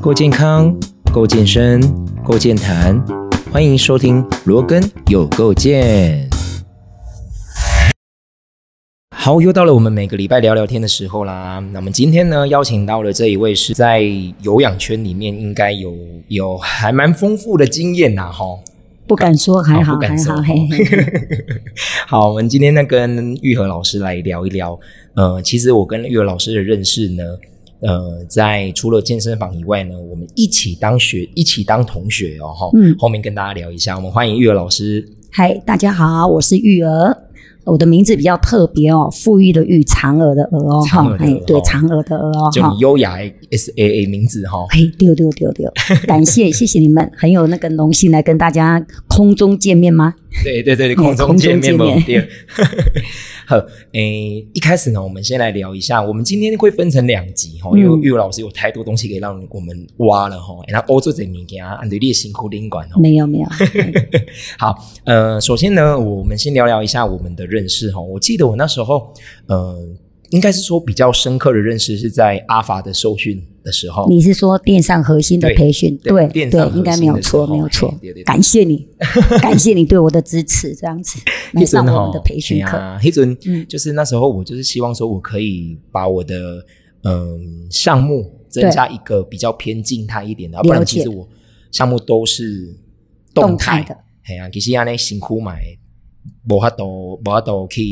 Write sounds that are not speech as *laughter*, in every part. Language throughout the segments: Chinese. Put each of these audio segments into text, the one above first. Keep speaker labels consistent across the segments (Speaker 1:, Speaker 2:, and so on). Speaker 1: 够健康，够健身，够健谈，欢迎收听罗根有够健。好，又到了我们每个礼拜聊聊天的时候啦。那我们今天呢，邀请到了这一位是在有氧圈里面应该有有还蛮丰富的经验呐，哈。
Speaker 2: 不敢说，还
Speaker 1: 好
Speaker 2: 好，
Speaker 1: 不敢
Speaker 2: 还
Speaker 1: 说
Speaker 2: 好，嘿嘿。嘿
Speaker 1: *laughs* 好，我们今天呢跟玉和老师来聊一聊。呃，其实我跟玉和老师的认识呢，呃，在除了健身房以外呢，我们一起当学，一起当同学哦，哈。
Speaker 2: 嗯
Speaker 1: 后面跟大家聊一下，我们欢迎玉和老师。
Speaker 2: 嗨，大家好，我是玉儿，我的名字比较特别哦，富裕的玉，嫦娥的娥哦，
Speaker 1: 嫦娥的娥
Speaker 2: 嘿对，
Speaker 1: 哦
Speaker 2: 嫦娥的娥哦，
Speaker 1: 就你优雅 S A A 名字哈、
Speaker 2: 嘿，丢丢丢丢，感谢谢谢你们，很有那个荣幸来跟大家空中见面吗？
Speaker 1: *laughs* 对对对，对
Speaker 2: 嗯
Speaker 1: 空中
Speaker 2: 空中
Speaker 1: 见面
Speaker 2: 见
Speaker 1: 嘛
Speaker 2: 面，
Speaker 1: 对。 *laughs* 好，诶，一开始呢，我们先来聊一下，我们今天会分成两集哈，因为
Speaker 2: 嗯
Speaker 1: 玉老师有太多东西可以让我们挖了哈，然后欧做这物件，按对你的辛苦领管哦。
Speaker 2: 没有没有，
Speaker 1: 好，呃，首先呢，我们先聊聊一下我们的认识哈。我记得我那时候，呃，应该是说比较深刻的认识是在阿法的受训的时候。
Speaker 2: 你是说电商核心的
Speaker 1: 对
Speaker 2: 培训？
Speaker 1: 对
Speaker 2: 对
Speaker 1: 电商核
Speaker 2: 应该没有
Speaker 1: 心
Speaker 2: 错，
Speaker 1: 的时候
Speaker 2: 没有错
Speaker 1: 嘿对对对。
Speaker 2: 感
Speaker 1: *laughs*
Speaker 2: 谢你，感谢你对我的支持，这样子来上我们
Speaker 1: 哦
Speaker 2: 的培训课。
Speaker 1: 黑准
Speaker 2: 嗯
Speaker 1: 就是啊那时候我就是希望说我可以把我的嗯项目增加一个比较偏静态一点的，
Speaker 2: 了
Speaker 1: 不
Speaker 2: 解
Speaker 1: 然其实我项目都是态
Speaker 2: 动态的。
Speaker 1: 哎呀、其实安尼辛苦买，无法度无法度去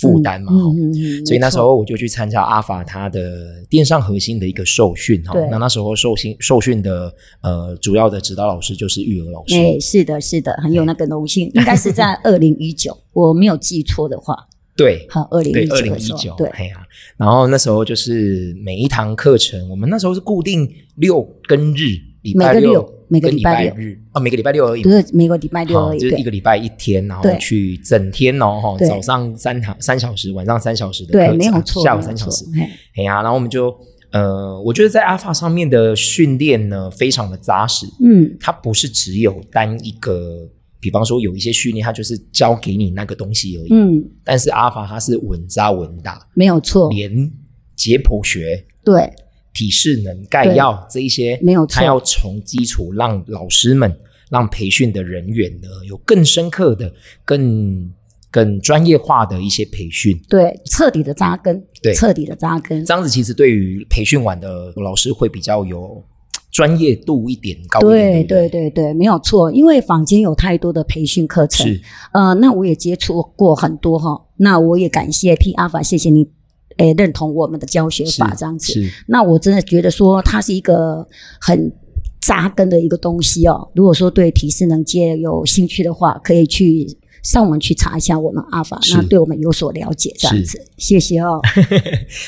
Speaker 1: 负担嘛。吼
Speaker 2: 嗯嗯嗯
Speaker 1: 所以那时
Speaker 2: 没错
Speaker 1: 候我就去参加阿法他的电商核心的一个受训哈
Speaker 2: 对，
Speaker 1: 那那时候受训受训的呃主要的指导老师就是嗯育儿老师，
Speaker 2: 哎，是的，是的，很有那个荣幸，应该
Speaker 1: *laughs*
Speaker 2: 是在二零一九，我没有记错的话，
Speaker 1: 对，
Speaker 2: 好，二零
Speaker 1: 对，
Speaker 2: 一
Speaker 1: 二
Speaker 2: 九
Speaker 1: 零
Speaker 2: 的
Speaker 1: 一
Speaker 2: 时
Speaker 1: 九
Speaker 2: 候，，对，
Speaker 1: 哎呀、然后那时候就是每一堂课程，我们那时候是固定六跟日，礼拜
Speaker 2: 每个六每个
Speaker 1: 跟礼
Speaker 2: 礼拜
Speaker 1: 拜
Speaker 2: 六
Speaker 1: 日啊、每个礼拜六而已
Speaker 2: 不。是每个礼拜六
Speaker 1: 好，
Speaker 2: 而已，
Speaker 1: 就是一个
Speaker 2: 对，
Speaker 1: 礼拜一天，然后
Speaker 2: 对
Speaker 1: 去整天哦，哈，
Speaker 2: 对
Speaker 1: 早上三堂三小时，晚上三小时的课
Speaker 2: 对，
Speaker 1: 程，
Speaker 2: 没有错，
Speaker 1: 下午
Speaker 2: 没有
Speaker 1: 三小时
Speaker 2: 错，嘿
Speaker 1: 哎呀、然后我们就呃，我觉得在 Alpha 上面的训练呢，非常的扎实，
Speaker 2: 嗯，
Speaker 1: 它不是只有单一个，比方说有一些训练，它就是教给你那个东西而已，
Speaker 2: 嗯，
Speaker 1: 但是 Alpha 它是稳扎稳打，
Speaker 2: 没有错，
Speaker 1: 连解剖学、
Speaker 2: 对，
Speaker 1: 体适能、概要这一些，
Speaker 2: 没有错
Speaker 1: 它要从基础让老师们、让培训的人员呢，有更深刻的、更更专业化的一些培训。
Speaker 2: 对，彻底的扎根，
Speaker 1: 对
Speaker 2: 彻底的扎根，
Speaker 1: 这样子其实对于培训完的老师会比较有专业度一点高一
Speaker 2: 对
Speaker 1: 点，
Speaker 2: 对
Speaker 1: 不对
Speaker 2: 对对，没有错，因为坊间有太多的培训课程，
Speaker 1: 是
Speaker 2: 呃，那我也接触过很多哈，那我也感谢 T 阿法，谢谢你，诶，认同我们的教学法
Speaker 1: 是
Speaker 2: 这样子，
Speaker 1: 是
Speaker 2: 那我真的觉得说它是一个很扎根的一个东西哦。如果说对体适能界有兴趣的话，可以去上网去查一下我们阿法，
Speaker 1: 是
Speaker 2: 那对我们有所了解这样子。谢谢
Speaker 1: *laughs*
Speaker 2: 哦，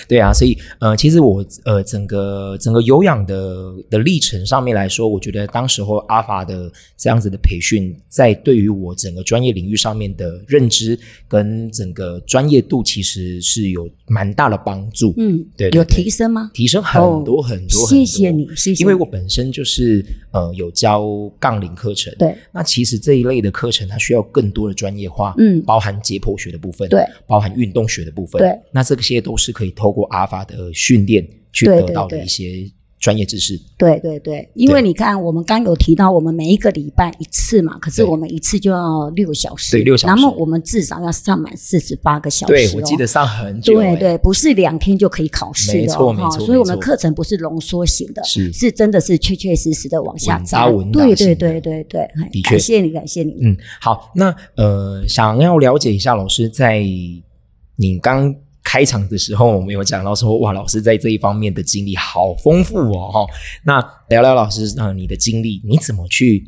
Speaker 1: 对啊，所以呃，其实我呃，整个整个有氧的的历程上面来说，我觉得当时候阿法的这样子的培训，在对于我整个专业领域上面的认知跟整个专业度，其实是有蛮大的帮助，
Speaker 2: 嗯，
Speaker 1: 对对
Speaker 2: 有
Speaker 1: 对
Speaker 2: 提升吗？
Speaker 1: 提升很多很多很多。
Speaker 2: 谢谢你，谢谢你。
Speaker 1: 因为我本身就是呃有教杠铃课程，
Speaker 2: 对
Speaker 1: 那其实这一类的课程，它需要更多的专业化，
Speaker 2: 嗯
Speaker 1: 包含解剖学的部分，
Speaker 2: 对，
Speaker 1: 包含运动学的部分，
Speaker 2: 对，
Speaker 1: 那这些都是可以透过阿尔法的训练去
Speaker 2: 对
Speaker 1: 得
Speaker 2: 对
Speaker 1: 到的
Speaker 2: 对
Speaker 1: 一些专业知识，
Speaker 2: 对对对，因
Speaker 1: 对
Speaker 2: 为你看，我们刚有提到，我们每一个礼拜一次嘛，可是
Speaker 1: 对
Speaker 2: 我们一次就要六小时，
Speaker 1: 对六小时
Speaker 2: 然后我们至少要上满四十八个小时、哦。
Speaker 1: 对我记得上很久、
Speaker 2: 对
Speaker 1: 哎
Speaker 2: 对，不是两天就可以考试的、哦，
Speaker 1: 没错没
Speaker 2: 哈
Speaker 1: 错没
Speaker 2: 所以我们
Speaker 1: 错
Speaker 2: 课程不是浓缩型的，
Speaker 1: 是
Speaker 2: 是真的是确确实实的往下
Speaker 1: 稳扎
Speaker 2: 扎。
Speaker 1: 稳打
Speaker 2: 对
Speaker 1: 型
Speaker 2: 对
Speaker 1: 的
Speaker 2: 对对对，嘿
Speaker 1: 的确
Speaker 2: 感谢你，感谢你。
Speaker 1: 嗯，好，那呃，想要了解一下老师在你刚开场的时候，我们有讲到说，哇，老师在这一方面的经历好丰富哦，哈、那聊聊老师，呃，你的经历，你怎么去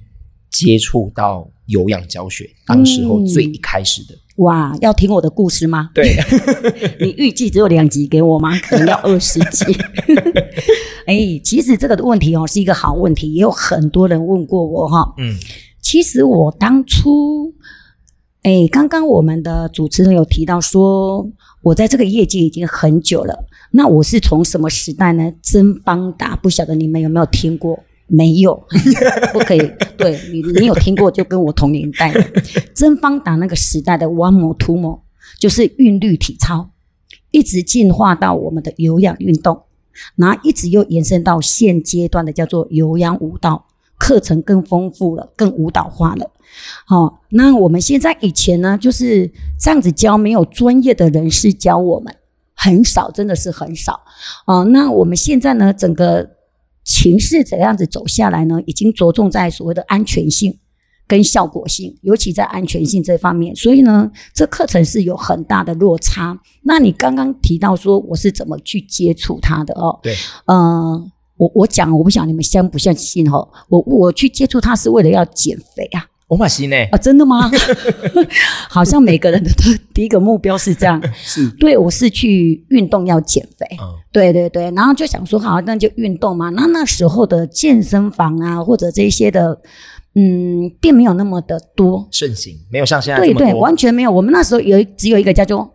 Speaker 1: 接触到有氧教学？当时候
Speaker 2: 嗯
Speaker 1: 最一开始的，
Speaker 2: 哇，要听我的故事吗？
Speaker 1: 对，
Speaker 2: *laughs* 你预计只有两集给
Speaker 1: *laughs*
Speaker 2: 我吗？可能要二十集。 *laughs* 哎，其实这个问题哦是一个好问题，也有很多人问过我哈、
Speaker 1: 嗯，
Speaker 2: 其实我当初，哎，刚刚我们的主持人有提到说，我在这个业界已经很久了。那我是从什么时代呢？真邦达，不晓得你们有没有听过？没有， *laughs* 不可以。对你，你有听过就跟我同年代了。真邦达那个时代的 one more two more，就是韵律体操，一直进化到我们的有氧运动。然后一直又延伸到现阶段的叫做有氧舞蹈课程，更丰富了，更舞蹈化了。好、那我们现在以前呢就是这样子教，没有专业的人士教我们，很少，真的是很少。哦、那我们现在呢，整个情势怎样子走下来呢？已经着重在所谓的安全性跟效果性，尤其在安全性这方面。所以呢，这课程是有很大的落差。那你刚刚提到说我是怎么去接触它的哦？
Speaker 1: 对，
Speaker 2: 呃，我我讲，我不想你们相不相信哦。我我去接触它是为了要减肥啊。
Speaker 1: 我马西呢？
Speaker 2: 啊，真的
Speaker 1: *laughs*
Speaker 2: 吗？ *laughs* 好像每个人的第一个目标是
Speaker 1: *laughs*
Speaker 2: 这样。
Speaker 1: 是，
Speaker 2: 对，我是去运动要减肥。
Speaker 1: 嗯，
Speaker 2: 对对对，然后就想说，好，那就运动嘛。那那时候的健身房啊，或者这些的，嗯，并没有那么的多。
Speaker 1: 盛行，没有像现在
Speaker 2: 对
Speaker 1: 这么
Speaker 2: 对，
Speaker 1: 多。
Speaker 2: 完全没有。我们那时候有只有一个叫做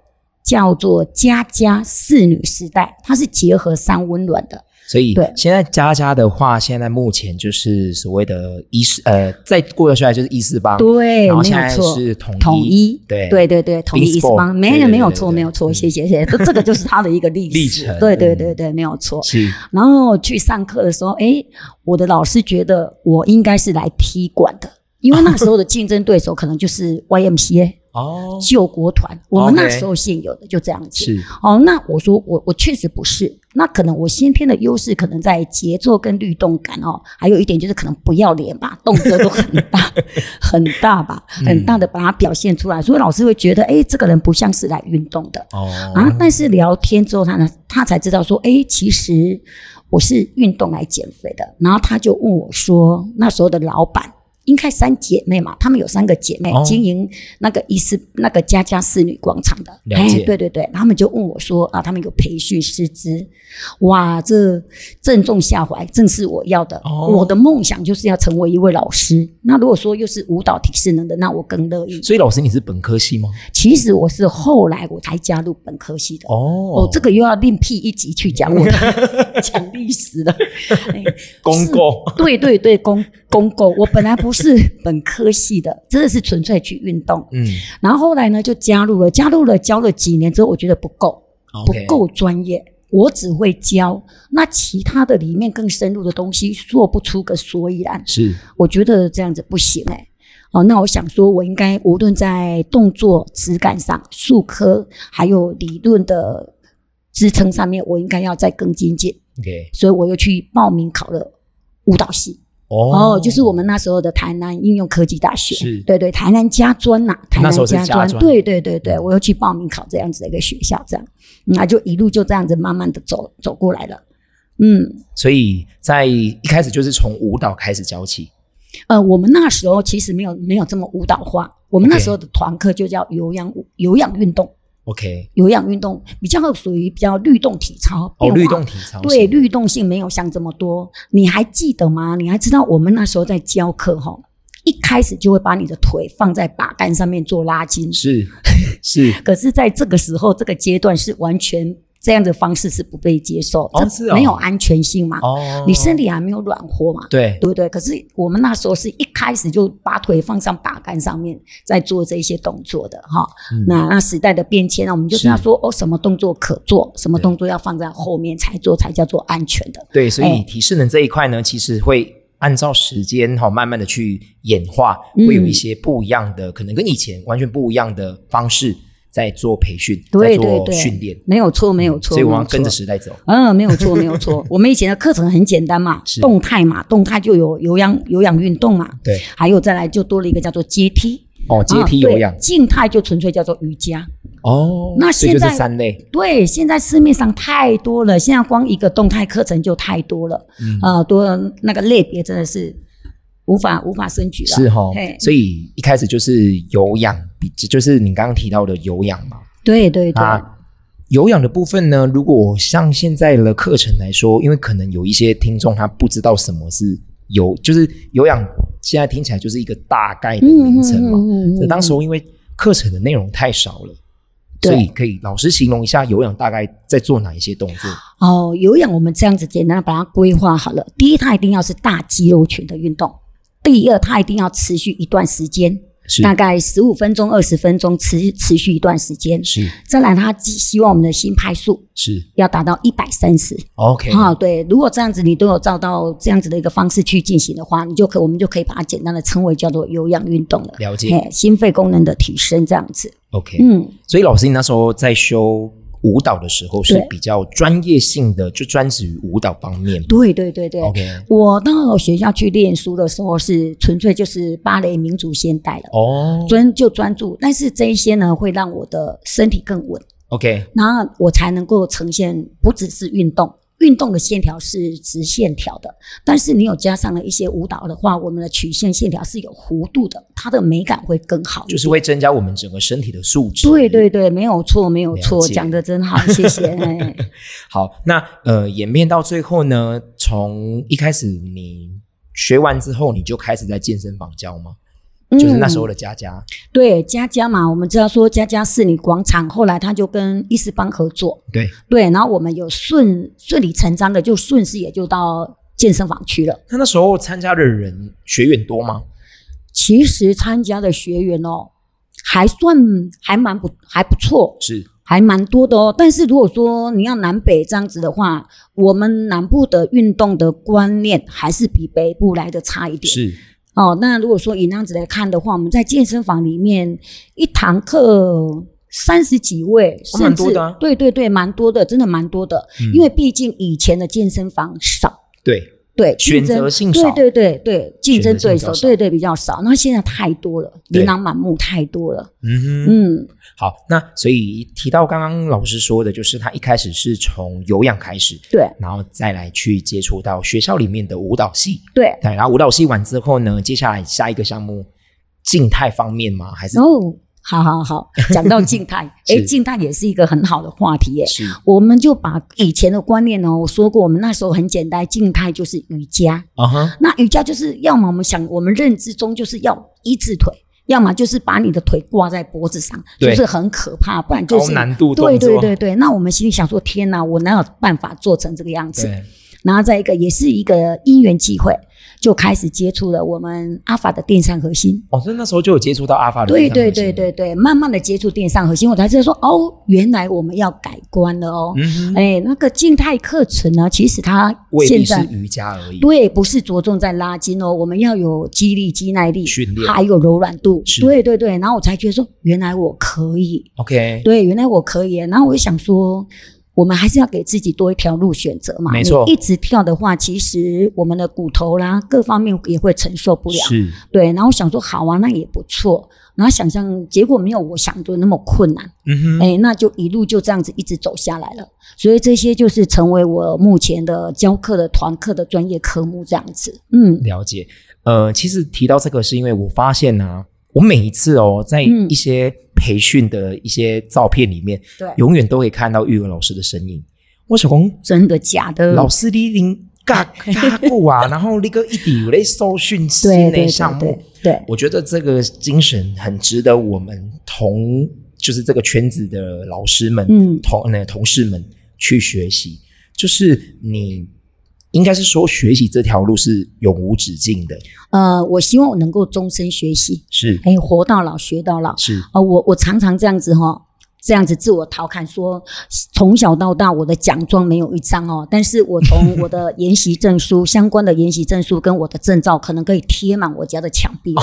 Speaker 2: 叫做佳佳侍女时代，它是结合三温暖的。
Speaker 1: 所以
Speaker 2: 对
Speaker 1: 现在佳佳的话，现在目前就是所谓的医师，呃，再过下来就是医师帮，啊
Speaker 2: 对，
Speaker 1: 然后
Speaker 2: 没
Speaker 1: 现在
Speaker 2: 有错。
Speaker 1: 是统
Speaker 2: 统一，
Speaker 1: 对
Speaker 2: 对对对，统一一
Speaker 1: Sport，
Speaker 2: 方，没
Speaker 1: 对对
Speaker 2: 有没有
Speaker 1: 对对
Speaker 2: 错，
Speaker 1: 对
Speaker 2: 没有错，
Speaker 1: 嗯
Speaker 2: 谢谢谢谢，这这个就是他的一个历
Speaker 1: 历
Speaker 2: 史
Speaker 1: 程，
Speaker 2: 对对
Speaker 1: 嗯
Speaker 2: 对对，没有错。
Speaker 1: 是
Speaker 2: 然后去上课的时候，诶，我的老师觉得我应该是来踢馆的，因为那时候的竞争对手可能就是 YMCA
Speaker 1: 哦，
Speaker 2: 救国团，我们
Speaker 1: OK
Speaker 2: 那时候现有的就这样子。
Speaker 1: 是
Speaker 2: 哦，那我说我我确实不是，那可能我先天的优势可能在节奏跟律动感哦，还有一点就是可能不要脸吧，动作都很大很大吧，很大的把它表现出来，所以老师会觉得，诶，这个人不像是来运动的。
Speaker 1: 哦
Speaker 2: 啊，但是聊天之后，他呢，他才知道说，哎，其实我是运动来减肥的。然后他就问我说，那时候的老板应该三姐妹嘛，她们有三个姐妹、
Speaker 1: 哦
Speaker 2: 经营那个伊斯那个佳佳仕女广场的，哎
Speaker 1: 了解
Speaker 2: 对对对，他们就问我说，啊，他们有培训师资，哇，这正中下怀，正是我要的。
Speaker 1: 哦
Speaker 2: 我的梦想就是要成为一位老师。那如果说又是舞蹈体适能的，那我更乐意。
Speaker 1: 所以老师你是本科系吗？
Speaker 2: 其实我是后来我才加入本科系的。
Speaker 1: 哦
Speaker 2: 哦，这个又要另辟一集去讲我的讲历史了。 *laughs* 哎
Speaker 1: 公共
Speaker 2: 对对对，公公狗，我本来不是本科系的，真的是纯粹去运动。
Speaker 1: 嗯
Speaker 2: 然后后来呢，就加入了，加入了教了几年之后，我觉得不够，不
Speaker 1: ，OK
Speaker 2: 够专业。我只会教，那其他的里面更深入的东西做不出个所以然。
Speaker 1: 是
Speaker 2: 我觉得这样子不行哎、哦，那我想说，我应该无论在动作质感上、术科还有理论的支撑上面，我应该要再更精进。
Speaker 1: OK
Speaker 2: 所以我又去报名考了舞蹈系。
Speaker 1: 哦
Speaker 2: 哦，就是我们那时候的台南应用科技大学，
Speaker 1: 是
Speaker 2: 对对，台南家专呐、
Speaker 1: 哦那
Speaker 2: 台南
Speaker 1: 时候是
Speaker 2: 家
Speaker 1: 家
Speaker 2: 专，
Speaker 1: 专
Speaker 2: 对对对对，我又去报名考这样子的一个学校，这样，嗯那就一路就这样子慢慢的走走过来了。嗯，
Speaker 1: 所以在一开始就是从舞蹈开始教起，
Speaker 2: 呃，我们那时候其实没有没有这么舞蹈化，我们那
Speaker 1: OK
Speaker 2: 时候的团课就叫有氧舞有氧运动，
Speaker 1: OK，
Speaker 2: 有氧运动比较属于比较律动体操，
Speaker 1: 哦，
Speaker 2: 变化
Speaker 1: 律动体操
Speaker 2: 对
Speaker 1: 是
Speaker 2: 律动性没有像这么多。你还记得吗？你还知道我们那时候在教课哈，一开始就会把你的腿放在把杆上面做拉筋，
Speaker 1: 是
Speaker 2: *laughs*
Speaker 1: 是
Speaker 2: 可是在这个时候这个阶段是完全这样的方式是不被接受，
Speaker 1: 哦
Speaker 2: 这
Speaker 1: 是哦
Speaker 2: 没有安全性嘛，
Speaker 1: 哦，
Speaker 2: 你身体还没有软和嘛，
Speaker 1: 对
Speaker 2: 对不对？可是我们那时候是一开始就把腿放上把杆上面，在做这些动作的哈。
Speaker 1: 嗯
Speaker 2: 那那时代的变迁啊，我们就知道
Speaker 1: 是
Speaker 2: 说哦，什么动作可做，什么动作要放在后面才做，才叫做安全的。
Speaker 1: 对，所以
Speaker 2: 哎
Speaker 1: 体适能这一块呢，其实会按照时间哈、慢慢的去演化，
Speaker 2: 嗯
Speaker 1: 会有一些不一样的，可能跟以前完全不一样的方式在做培训，
Speaker 2: 对
Speaker 1: 在
Speaker 2: 对
Speaker 1: 做
Speaker 2: 对，
Speaker 1: 训练，嗯
Speaker 2: 没有错，没有错。
Speaker 1: 所以我
Speaker 2: 没
Speaker 1: 们
Speaker 2: 有
Speaker 1: 要跟着
Speaker 2: 错
Speaker 1: 时代走。
Speaker 2: 嗯，没有错，没有错。我们以前的课程很简单
Speaker 1: *laughs*
Speaker 2: 嘛
Speaker 1: 是，
Speaker 2: 动态嘛，动态就有有氧有氧运动嘛，
Speaker 1: 对，
Speaker 2: 还有再来就多了一个叫做阶梯，
Speaker 1: 哦，阶梯
Speaker 2: 啊对
Speaker 1: 有氧，
Speaker 2: 静态就纯粹叫做瑜伽。
Speaker 1: 哦，
Speaker 2: 那
Speaker 1: 所以就
Speaker 2: 现
Speaker 1: 是
Speaker 2: 在
Speaker 1: 三类，
Speaker 2: 对，现在市面上太多了，现在光一个动态课程就太多了，
Speaker 1: 嗯
Speaker 2: 呃，多了那个类别真的是无法无法升举了。
Speaker 1: 是哈、哦
Speaker 2: 啊嘿，
Speaker 1: 所以一开始就是有氧，比就是你刚刚提到的有氧嘛，
Speaker 2: 对对对，
Speaker 1: 啊，有氧的部分呢，如果像现在的课程来说，因为可能有一些听众他不知道什么是有，就是有氧，现在听起来就是一个大概的名称嘛。
Speaker 2: 嗯
Speaker 1: 那、当时候因为课程的内容太少了，
Speaker 2: 对
Speaker 1: 所以可以老师形容一下有氧大概在做哪一些动作？
Speaker 2: 哦，有氧我们这样子简单的把它规划好了。第一，它一定要是大肌肉群的运动；第二，它一定要持续一段时间。
Speaker 1: 是
Speaker 2: 大概十五分钟、二十分钟持持续一段时间。
Speaker 1: 是
Speaker 2: 再来，他希望我们的心拍数
Speaker 1: 是
Speaker 2: 要达到一百三十。
Speaker 1: ，OK，
Speaker 2: 啊，对，如果这样子你都有照到这样子的一个方式去进行的话，你就可我们就可以把它简单的称为叫做有氧运动了，
Speaker 1: 了解
Speaker 2: 嘿，心肺功能的提升这样子。
Speaker 1: ，OK，
Speaker 2: 嗯，
Speaker 1: 所以老师，你那时候在修舞蹈的时候是
Speaker 2: 对
Speaker 1: 比较专业性的，就专职于舞蹈方面。
Speaker 2: 对对对对。
Speaker 1: OK，
Speaker 2: 我到学校去练书的时候是纯粹就是芭蕾、民族现代了，
Speaker 1: 哦
Speaker 2: 专就专注，但是这一些呢会让我的身体更稳，
Speaker 1: ，OK，
Speaker 2: 然后我才能够呈现不只是运动。运动的线条是直线条的，但是你有加上了一些舞蹈的话，我们的曲线线条是有弧度的，它的美感会更好一点。
Speaker 1: 就是会增加我们整个身体的素质。
Speaker 2: 对对对，没有错，没有
Speaker 1: 了
Speaker 2: 错，
Speaker 1: 解
Speaker 2: 讲的真好，谢
Speaker 1: *laughs*
Speaker 2: 谢。哎
Speaker 1: 好，那呃，演变到最后呢，从一开始你学完之后，你就开始在健身房教吗？就是那时候的佳佳。
Speaker 2: 嗯对佳佳嘛，我们知道说佳佳是你广场，后来他就跟伊斯邦合作，
Speaker 1: 对，
Speaker 2: 对，然后我们有顺顺理成章的就顺势也就到健身房去了。
Speaker 1: 那那时候参加的人学员多吗？
Speaker 2: 其实参加的学员哦，还算还蛮不还不错，
Speaker 1: 是
Speaker 2: 还蛮多的哦。但是如果说你要南北这样子的话，我们南部的运动的观念还是比北部来的差一点。
Speaker 1: 是
Speaker 2: 哦，那如果说以那样子来看的话，我们在健身房里面一堂课三十几位，
Speaker 1: 哦
Speaker 2: 甚至、
Speaker 1: 蛮多的啊
Speaker 2: 对对对，蛮多的，真的蛮多的。
Speaker 1: 嗯
Speaker 2: 因为毕竟以前的健身房少，
Speaker 1: 对，
Speaker 2: 对
Speaker 1: 选择
Speaker 2: 竞争
Speaker 1: 性少
Speaker 2: 对对对对，竞争对
Speaker 1: 选择性比较
Speaker 2: 手
Speaker 1: 少
Speaker 2: 对对比较少，那现在太多了，
Speaker 1: 对
Speaker 2: 琳琅满目太多了。
Speaker 1: 嗯哼，
Speaker 2: 嗯，
Speaker 1: 好，那所以提到刚刚老师说的，就是他一开始是从有氧开始，
Speaker 2: 对
Speaker 1: 然后再来去接触到学校里面的舞蹈系，
Speaker 2: 对。
Speaker 1: 对，然后舞蹈系完之后呢，接下来下一个项目静态方面吗？还是，
Speaker 2: 然后，好好好，讲到静态
Speaker 1: *laughs*
Speaker 2: 哎，
Speaker 1: 是
Speaker 2: 静态也是一个很好的话题耶。
Speaker 1: 是
Speaker 2: 我们就把以前的观念哦，我说过，我们那时候很简单，静态就是瑜伽，
Speaker 1: 啊哈，
Speaker 2: 那瑜伽就是要么我们想，我们认知中就是要一字腿，要么就是把你的腿挂在脖子上，
Speaker 1: 对
Speaker 2: 就是很可怕，不然就
Speaker 1: 高
Speaker 2: 是
Speaker 1: 难度动
Speaker 2: 对对
Speaker 1: 作，
Speaker 2: 对对。那我们心里想说，天哪，我哪有办法做成这个样子？
Speaker 1: 对
Speaker 2: 然后再一个，也是一个因缘机会，就开始接触了我们阿法的电扇核心。
Speaker 1: 哦，所以那时候就有接触到阿法的
Speaker 2: 对
Speaker 1: 力量
Speaker 2: 对
Speaker 1: 核心
Speaker 2: 对，对对，慢慢的接触电扇核心，我才知道说，哦，原来我们要改观了哦。
Speaker 1: 嗯哼，
Speaker 2: 哎，那个静态课程呢，其实它
Speaker 1: 未必
Speaker 2: 现
Speaker 1: 是
Speaker 2: 在
Speaker 1: 瑜伽而已，
Speaker 2: 对，不是着重在拉筋哦，我们要有肌力、肌耐力，
Speaker 1: 训练
Speaker 2: 还有柔软度
Speaker 1: 是。
Speaker 2: 对对对，然后我才觉得说，原来我可以，
Speaker 1: ，OK，
Speaker 2: 对，原来我可以。然后我就想说，我们还是要给自己多一条路选择嘛。
Speaker 1: 没错
Speaker 2: 你一直跳的话，其实我们的骨头啦各方面也会承受不了。
Speaker 1: 是
Speaker 2: 对，然后我想说，好啊，那也不错。然后想象结果没有我想的那么困难，
Speaker 1: 嗯哼，
Speaker 2: 哎，那就一路就这样子一直走下来了。所以这些就是成为我目前的教课的团课的专业科目这样子。嗯，
Speaker 1: 了解。呃，其实提到这个，是因为我发现呢、啊，我每一次哦，在
Speaker 2: 嗯
Speaker 1: 一些培训的一些照片里面，
Speaker 2: 对，
Speaker 1: 永远都会看到育儿老师的身影。我想讲，
Speaker 2: 真的假的？
Speaker 1: 老师你零嘎嘎过啊，然后那个一底有在搜训室
Speaker 2: 对对
Speaker 1: 内
Speaker 2: 对
Speaker 1: 项目
Speaker 2: 对，对，
Speaker 1: 我觉得这个精神很值得我们同就是这个圈子的老师们，
Speaker 2: 嗯
Speaker 1: 同那同事们去学习。就是你应该是说，学习这条路是永无止境的，
Speaker 2: 呃，我希望我能够终身学习，
Speaker 1: 是
Speaker 2: 哎，活到老学到老。
Speaker 1: 是
Speaker 2: 呃，我我常常这样子哈、这样子自我调侃说，从小到大我的奖状没有一张哦，但是我从我的研习证书相关的研习证书跟我的证照，可能可以贴满我家的墙壁。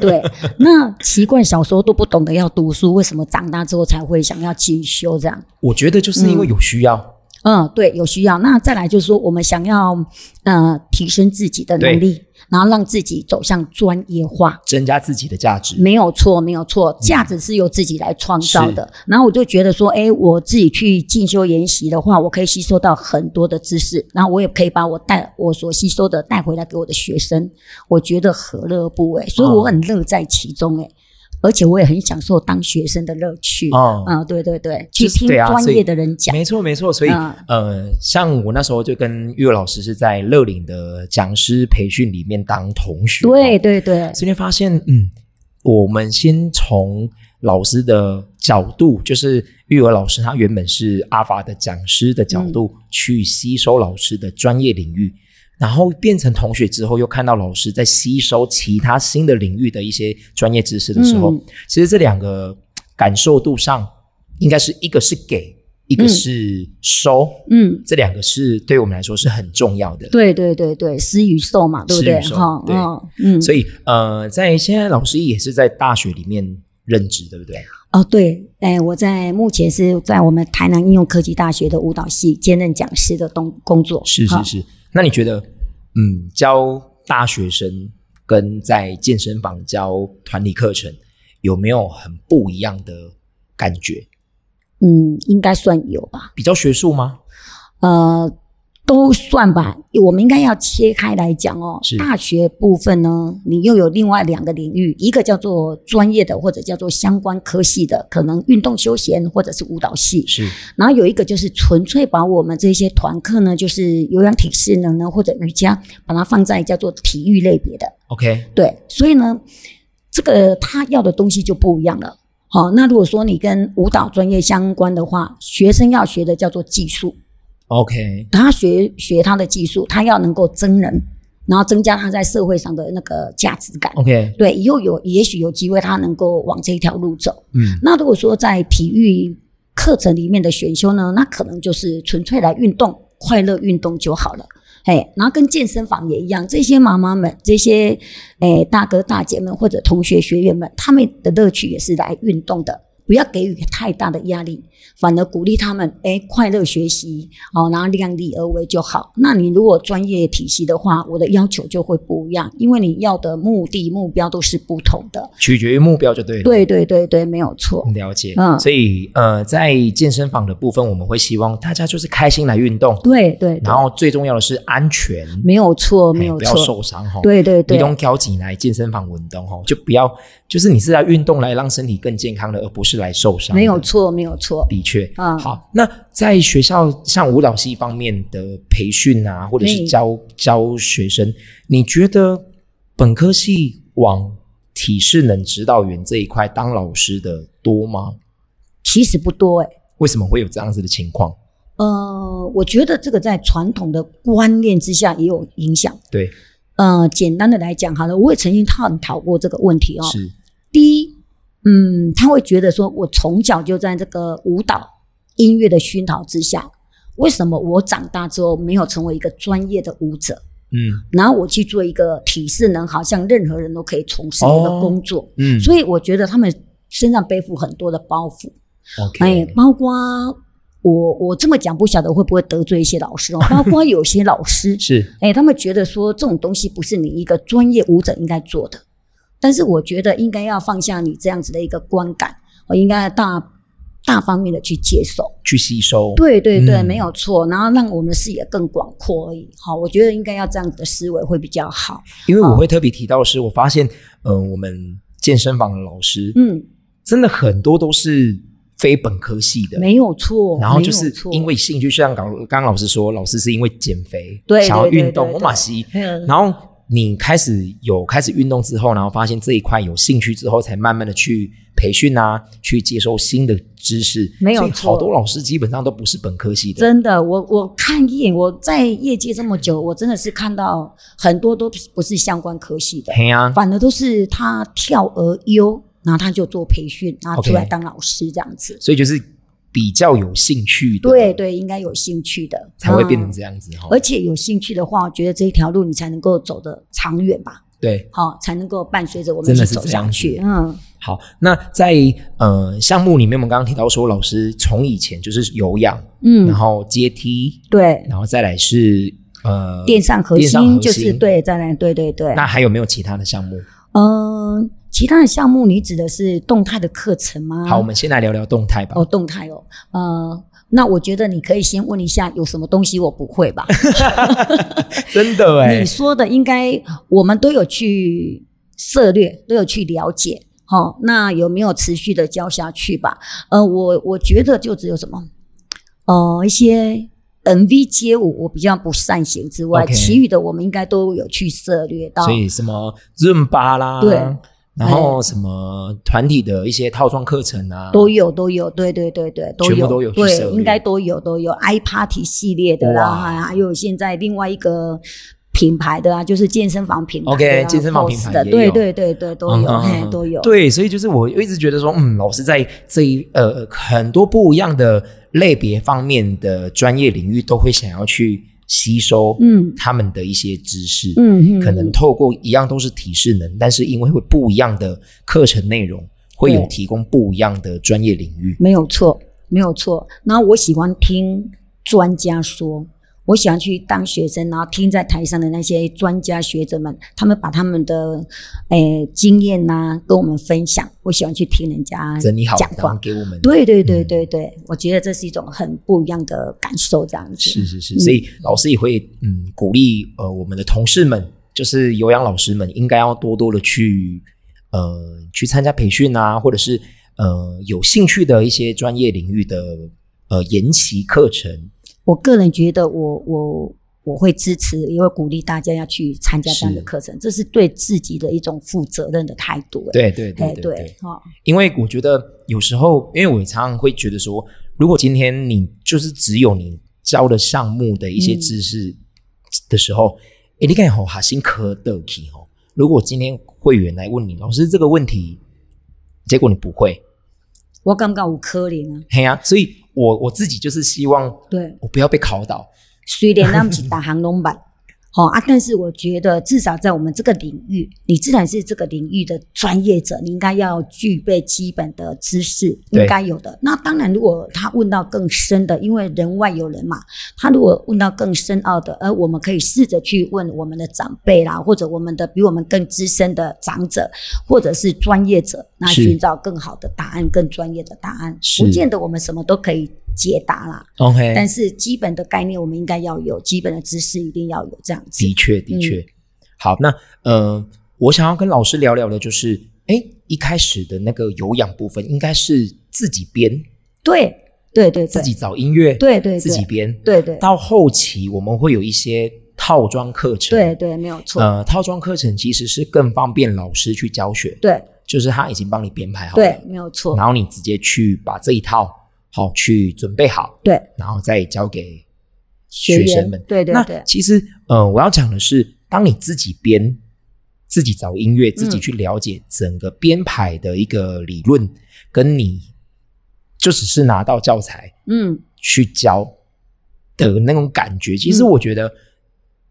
Speaker 2: 对，那奇怪，小时候都不懂得要读书，为什么长大之后才会想要进修这样？
Speaker 1: 我觉得就是因为有需要，
Speaker 2: 嗯，对，有需要。那再来就是说，我们想要呃提升自己的能力，然后让自己走向专业化。
Speaker 1: 增加自己的价值。
Speaker 2: 没有错，没有
Speaker 1: 嗯
Speaker 2: 错，价值是由自己来创造的。然后我就觉得说，哎，我自己去进修研习的话，我可以吸收到很多的知识，然后我也可以把我带我所吸收的带回来给我的学生，我觉得何乐而不为？
Speaker 1: 嗯
Speaker 2: 所以我很乐在其中，哎、而且我也很享受当学生的乐趣。
Speaker 1: 哦
Speaker 2: 嗯，对对对，
Speaker 1: 就
Speaker 2: 去
Speaker 1: 是
Speaker 2: 听
Speaker 1: 对啊
Speaker 2: 专
Speaker 1: 所以
Speaker 2: 业的人讲，
Speaker 1: 没错，没错。所以，
Speaker 2: 嗯
Speaker 1: 呃，像我那时候就跟育儿老师是在乐领的讲师培训里面当同学哦，
Speaker 2: 对对对，
Speaker 1: 所以你会发现，嗯，我们先从老师的角度，就是育儿老师，他原本是阿法的讲师的角度、去吸收老师的专业领域，然后变成同学之后，又看到老师在吸收其他新的领域的一些专业知识的时候，
Speaker 2: 嗯
Speaker 1: 其实这两个感受度上，应该是一个是给，一个
Speaker 2: 嗯
Speaker 1: 是收，
Speaker 2: 嗯，
Speaker 1: 这两个是对我们来说是很重要的。
Speaker 2: 对对对对，施与受嘛，对不对？
Speaker 1: 施与受
Speaker 2: 哈，
Speaker 1: 对
Speaker 2: 哦嗯，
Speaker 1: 所以，呃，在现在老师也是在大学里面任职，对不对？
Speaker 2: 哦，对，哎，我在目前是在我们台南应用科技大学的舞蹈系兼任讲师的东工作。
Speaker 1: 是
Speaker 2: 哈
Speaker 1: 是是。那你觉得，嗯，教大学生跟在健身房教团体课程有没有很不一样的感觉？
Speaker 2: 嗯，应该算有吧，
Speaker 1: 比较学术吗？
Speaker 2: 呃，都算吧。我们应该要切开来讲哦
Speaker 1: 是。
Speaker 2: 大学部分呢，你又有另外两个领域，一个叫做专业的，或者叫做相关科系的，可能运动休闲或者是舞蹈系。
Speaker 1: 是
Speaker 2: 然后有一个就是纯粹把我们这些团课呢，就是有氧体适能呢或者瑜伽，把它放在叫做体育类别的。
Speaker 1: OK，
Speaker 2: 对，所以呢，这个他要的东西就不一样了。好、那如果说你跟舞蹈专业相关的话，学生要学的叫做技术，
Speaker 1: OK，
Speaker 2: 他学学他的技术，他要能够增人，然后增加他在社会上的那个价值感。
Speaker 1: OK，
Speaker 2: 对，以后有也许有机会，他能够往这一条路走。
Speaker 1: 嗯，
Speaker 2: 那如果说在体育课程里面的选修呢，那可能就是纯粹来运动、快乐运动就好了。哎，然后跟健身房也一样，这些妈妈们、这些哎大哥大姐们或者同学学员们，他们的乐趣也是来运动的，不要给予太大的压力，反而鼓励他们哎快乐学习，哦，然后量力而为就好。那你如果专业体系的话，我的要求就会不一样，因为你要的目的目标都是不同的。
Speaker 1: 取决于目标就对了。
Speaker 2: 对对对对，没有错。
Speaker 1: 了解，
Speaker 2: 嗯
Speaker 1: 所以呃，在健身房的部分，我们会希望大家就是开心来运动，
Speaker 2: 对对，对
Speaker 1: 然后最重要的是安全，
Speaker 2: 没有错，
Speaker 1: 哎
Speaker 2: 没有
Speaker 1: 不要
Speaker 2: 错，
Speaker 1: 受伤哈。
Speaker 2: 对对
Speaker 1: 你
Speaker 2: 对，
Speaker 1: 用挑起来健身房运动吼，就不要，就是你是来运动来让身体更健康的，而不是来受伤的。
Speaker 2: 没有错，没有错，
Speaker 1: 的确，
Speaker 2: 嗯
Speaker 1: 好，那在学校像舞蹈系方面的培训啊，或者是
Speaker 2: 嗯
Speaker 1: 教教学生，你觉得本科系往体适能指导员这一块当老师的多吗？
Speaker 2: 其实不多哎、
Speaker 1: 为什么会有这样子的情况？
Speaker 2: 呃，我觉得这个在传统的观念之下也有影响。
Speaker 1: 对，
Speaker 2: 呃，简单的来讲好了，我也曾经探讨过这个问题哦。
Speaker 1: 是
Speaker 2: 第一，嗯，他会觉得说我从小就在这个舞蹈音乐的熏陶之下，为什么我长大之后没有成为一个专业的舞者，
Speaker 1: 嗯
Speaker 2: 然后我去做一个体适能，好像任何人都可以从事的一个
Speaker 1: 哦
Speaker 2: 工作？
Speaker 1: 嗯，
Speaker 2: 所以我觉得他们身上背负很多的包袱，
Speaker 1: OK，，
Speaker 2: 哎，包括我我这么讲不晓得会不会得罪一些老师哦，包括有些老师
Speaker 1: 是
Speaker 2: 哎，他们觉得说这种东西不是你一个专业舞者应该做的，但是我觉得应该要放下你这样子的一个观感，我应该大大方面的去接受。
Speaker 1: 去吸收，
Speaker 2: 对对对，
Speaker 1: 嗯
Speaker 2: 没有错，然后让我们的视野更广阔而已。好，我觉得应该要这样子的思维会比较好。
Speaker 1: 因为我会特别提到的是，我发现，嗯、我们健身房的老师，
Speaker 2: 嗯，
Speaker 1: 真的很多都是非本科系的，
Speaker 2: 没有错，
Speaker 1: 然后
Speaker 2: 没
Speaker 1: 就
Speaker 2: 有
Speaker 1: 是
Speaker 2: 错
Speaker 1: 因为兴趣，就像刚刚刚老师说，老师是因为减肥，
Speaker 2: 对
Speaker 1: 想要
Speaker 2: 对对
Speaker 1: 运动，
Speaker 2: 对
Speaker 1: 我
Speaker 2: 对
Speaker 1: 马西，
Speaker 2: 嗯
Speaker 1: 然后你开始有开始运动之后，然后发现这一块有兴趣之后，才慢慢的去培训啊，去接受新的知识，
Speaker 2: 没有
Speaker 1: 所以
Speaker 2: 错
Speaker 1: 好多老师基本上都不是本科系的，
Speaker 2: 真的，我我看一眼，我在业界这么久，我真的是看到很多都不是相关科系的，
Speaker 1: 嘿啊呀、
Speaker 2: 反而都是他跳而优，然后他就做培训，然后
Speaker 1: OK
Speaker 2: 出来当老师这样子。
Speaker 1: 所以就是比较有兴趣的，
Speaker 2: 对，对，应该有兴趣的
Speaker 1: 才会变成
Speaker 2: 样。
Speaker 1: 这样子哈、
Speaker 2: 而且有兴趣的话，我觉得这一条路你才能够走得长远吧，
Speaker 1: 对，
Speaker 2: 好、才能够伴随着我们
Speaker 1: 真
Speaker 2: 一
Speaker 1: 的
Speaker 2: 起
Speaker 1: 是
Speaker 2: 走
Speaker 1: 这样
Speaker 2: 下
Speaker 1: 子
Speaker 2: 去。嗯，
Speaker 1: 好，那在呃项目里面，我们刚刚提到说，老师从以前就是有氧，然
Speaker 2: 嗯，
Speaker 1: 后阶梯，
Speaker 2: 对，
Speaker 1: 然后再来是呃
Speaker 2: 电上核
Speaker 1: 电
Speaker 2: 心
Speaker 1: 核
Speaker 2: 就是。对，再来，对对对。
Speaker 1: 那还有没有其他的项目？
Speaker 2: 嗯，其他的项目你指的是动态的课程吗？
Speaker 1: 好，我们先来聊聊动态吧
Speaker 2: 啊哦，。动态哦，呃，那我觉得你可以先问一下有什么东西我不会吧？
Speaker 1: 真的哎
Speaker 2: 你，说的应该我们都有去涉略，都有去了解，好、那有没有持续的教下去吧？呃，我我觉得就只有什么，呃，一些 MV 街舞我比较不善行之外
Speaker 1: OK
Speaker 2: 其余的我们应该都有去涉略到
Speaker 1: 所。以什么润巴啦，
Speaker 2: 对，
Speaker 1: 然后什么团体的一些套装课程啊，
Speaker 2: 都有都有，对对对对，都
Speaker 1: 全部
Speaker 2: 有
Speaker 1: 都有去涉
Speaker 2: 对，
Speaker 1: 猎
Speaker 2: 应该都有都有 i party 系列的
Speaker 1: 哇
Speaker 2: 啦，还有现在另外一个品牌的啊，就是健身房品牌的啊
Speaker 1: OK，健身房品牌
Speaker 2: Boss 的，
Speaker 1: 也有
Speaker 2: 对对对对，都
Speaker 1: 嗯
Speaker 2: 有，
Speaker 1: 嗯
Speaker 2: 嘿
Speaker 1: 嗯
Speaker 2: 都有。
Speaker 1: 对，所以就是我一直觉得说，嗯，老师在这一呃很多不一样的类别方面的专业领域，都会想要去吸收
Speaker 2: 嗯
Speaker 1: 他们的一些知识，
Speaker 2: 嗯嗯
Speaker 1: 可能
Speaker 2: 嗯
Speaker 1: 透过一样都是体适能，但是因为会不一样的课程内容，会有
Speaker 2: 对
Speaker 1: 提供不一样的专业领域。
Speaker 2: 没有错，没有错。然后我喜欢听专家说，我喜欢去当学生，然后听在台上的那些专家学者们，他们把他们的诶、经验呐、跟我们分享。我喜欢去听人家
Speaker 1: 整理好
Speaker 2: 嗯讲，
Speaker 1: 然后
Speaker 2: 话。
Speaker 1: 给我们。
Speaker 2: 对对对
Speaker 1: 嗯
Speaker 2: 对对，我觉得这是一种很不一样的感受，这样子。
Speaker 1: 是是是，
Speaker 2: 嗯
Speaker 1: 所以老师也会嗯鼓励呃我们的同事们，就是有氧老师们，应该要多多的去呃去参加培训啊，或者是呃有兴趣的一些专业领域的呃研习课程。
Speaker 2: 我个人觉得我，我我会支持，也会鼓励大家要去参加这样的
Speaker 1: 是
Speaker 2: 课程，这是对自己的一种负责任的态度。哎，
Speaker 1: 对对对
Speaker 2: 哎
Speaker 1: 对
Speaker 2: 对，哈，
Speaker 1: 因为我觉得有时候，因为我常常会觉得说，如果今天你就是只有你教的项目的一些知识的时候，诶，你看好哈辛科德奇哦。如果今天会员来问你老师这个问题，结果你不会，
Speaker 2: 我感觉有可能啊，
Speaker 1: 嘿呀、所以我我自己就是希望
Speaker 2: 对。
Speaker 1: 我不要被考倒，
Speaker 2: 虽然咱们是打
Speaker 1: *laughs*
Speaker 2: 行拢版，好、啊，但是我觉得至少在我们这个领域，你既然是这个领域的专业者，你应该要具备基本的知识，
Speaker 1: 对
Speaker 2: 应该有的。那当然，如果他问到更深的，因为人外有人嘛，他如果问到更深奥的，呃而我们可以试着去问我们的长辈啦，或者我们的比我们更资深的长者，或者是专业者，那
Speaker 1: 是
Speaker 2: 寻找更好的答案、更专业的答案。
Speaker 1: 是
Speaker 2: 不见得我们什么都可以解答啦，
Speaker 1: OK，
Speaker 2: 但是基本的概念我们应该要有，基本的知识一定要有，这样子
Speaker 1: 的。确，的确。好，那呃，我想要跟老师聊聊的就是，哎，一开始的那个有氧部分应该是自己编，
Speaker 2: 对对对对，
Speaker 1: 自己找音乐，
Speaker 2: 对对对
Speaker 1: 自己编。
Speaker 2: 对对
Speaker 1: 到后期我们会有一些套装课程，
Speaker 2: 对，对，没有错。
Speaker 1: 呃，套装课程其实是更方便老师去教学，，
Speaker 2: 对
Speaker 1: 就是他已经帮你编排好了，
Speaker 2: 对，没有错
Speaker 1: 然。后你直接去把这一套好去准备好，
Speaker 2: 对
Speaker 1: 然后再交给
Speaker 2: 学
Speaker 1: 学
Speaker 2: 员
Speaker 1: 生们。
Speaker 2: 对对
Speaker 1: 那
Speaker 2: 对
Speaker 1: 其实，呃，我要讲的是，当你自己编、自己找音
Speaker 2: 嗯
Speaker 1: 乐、自己去了解整个编排的一个理论，跟你就只是拿到教材
Speaker 2: 嗯，
Speaker 1: 去教的那种感觉，其实
Speaker 2: 嗯
Speaker 1: 我觉得。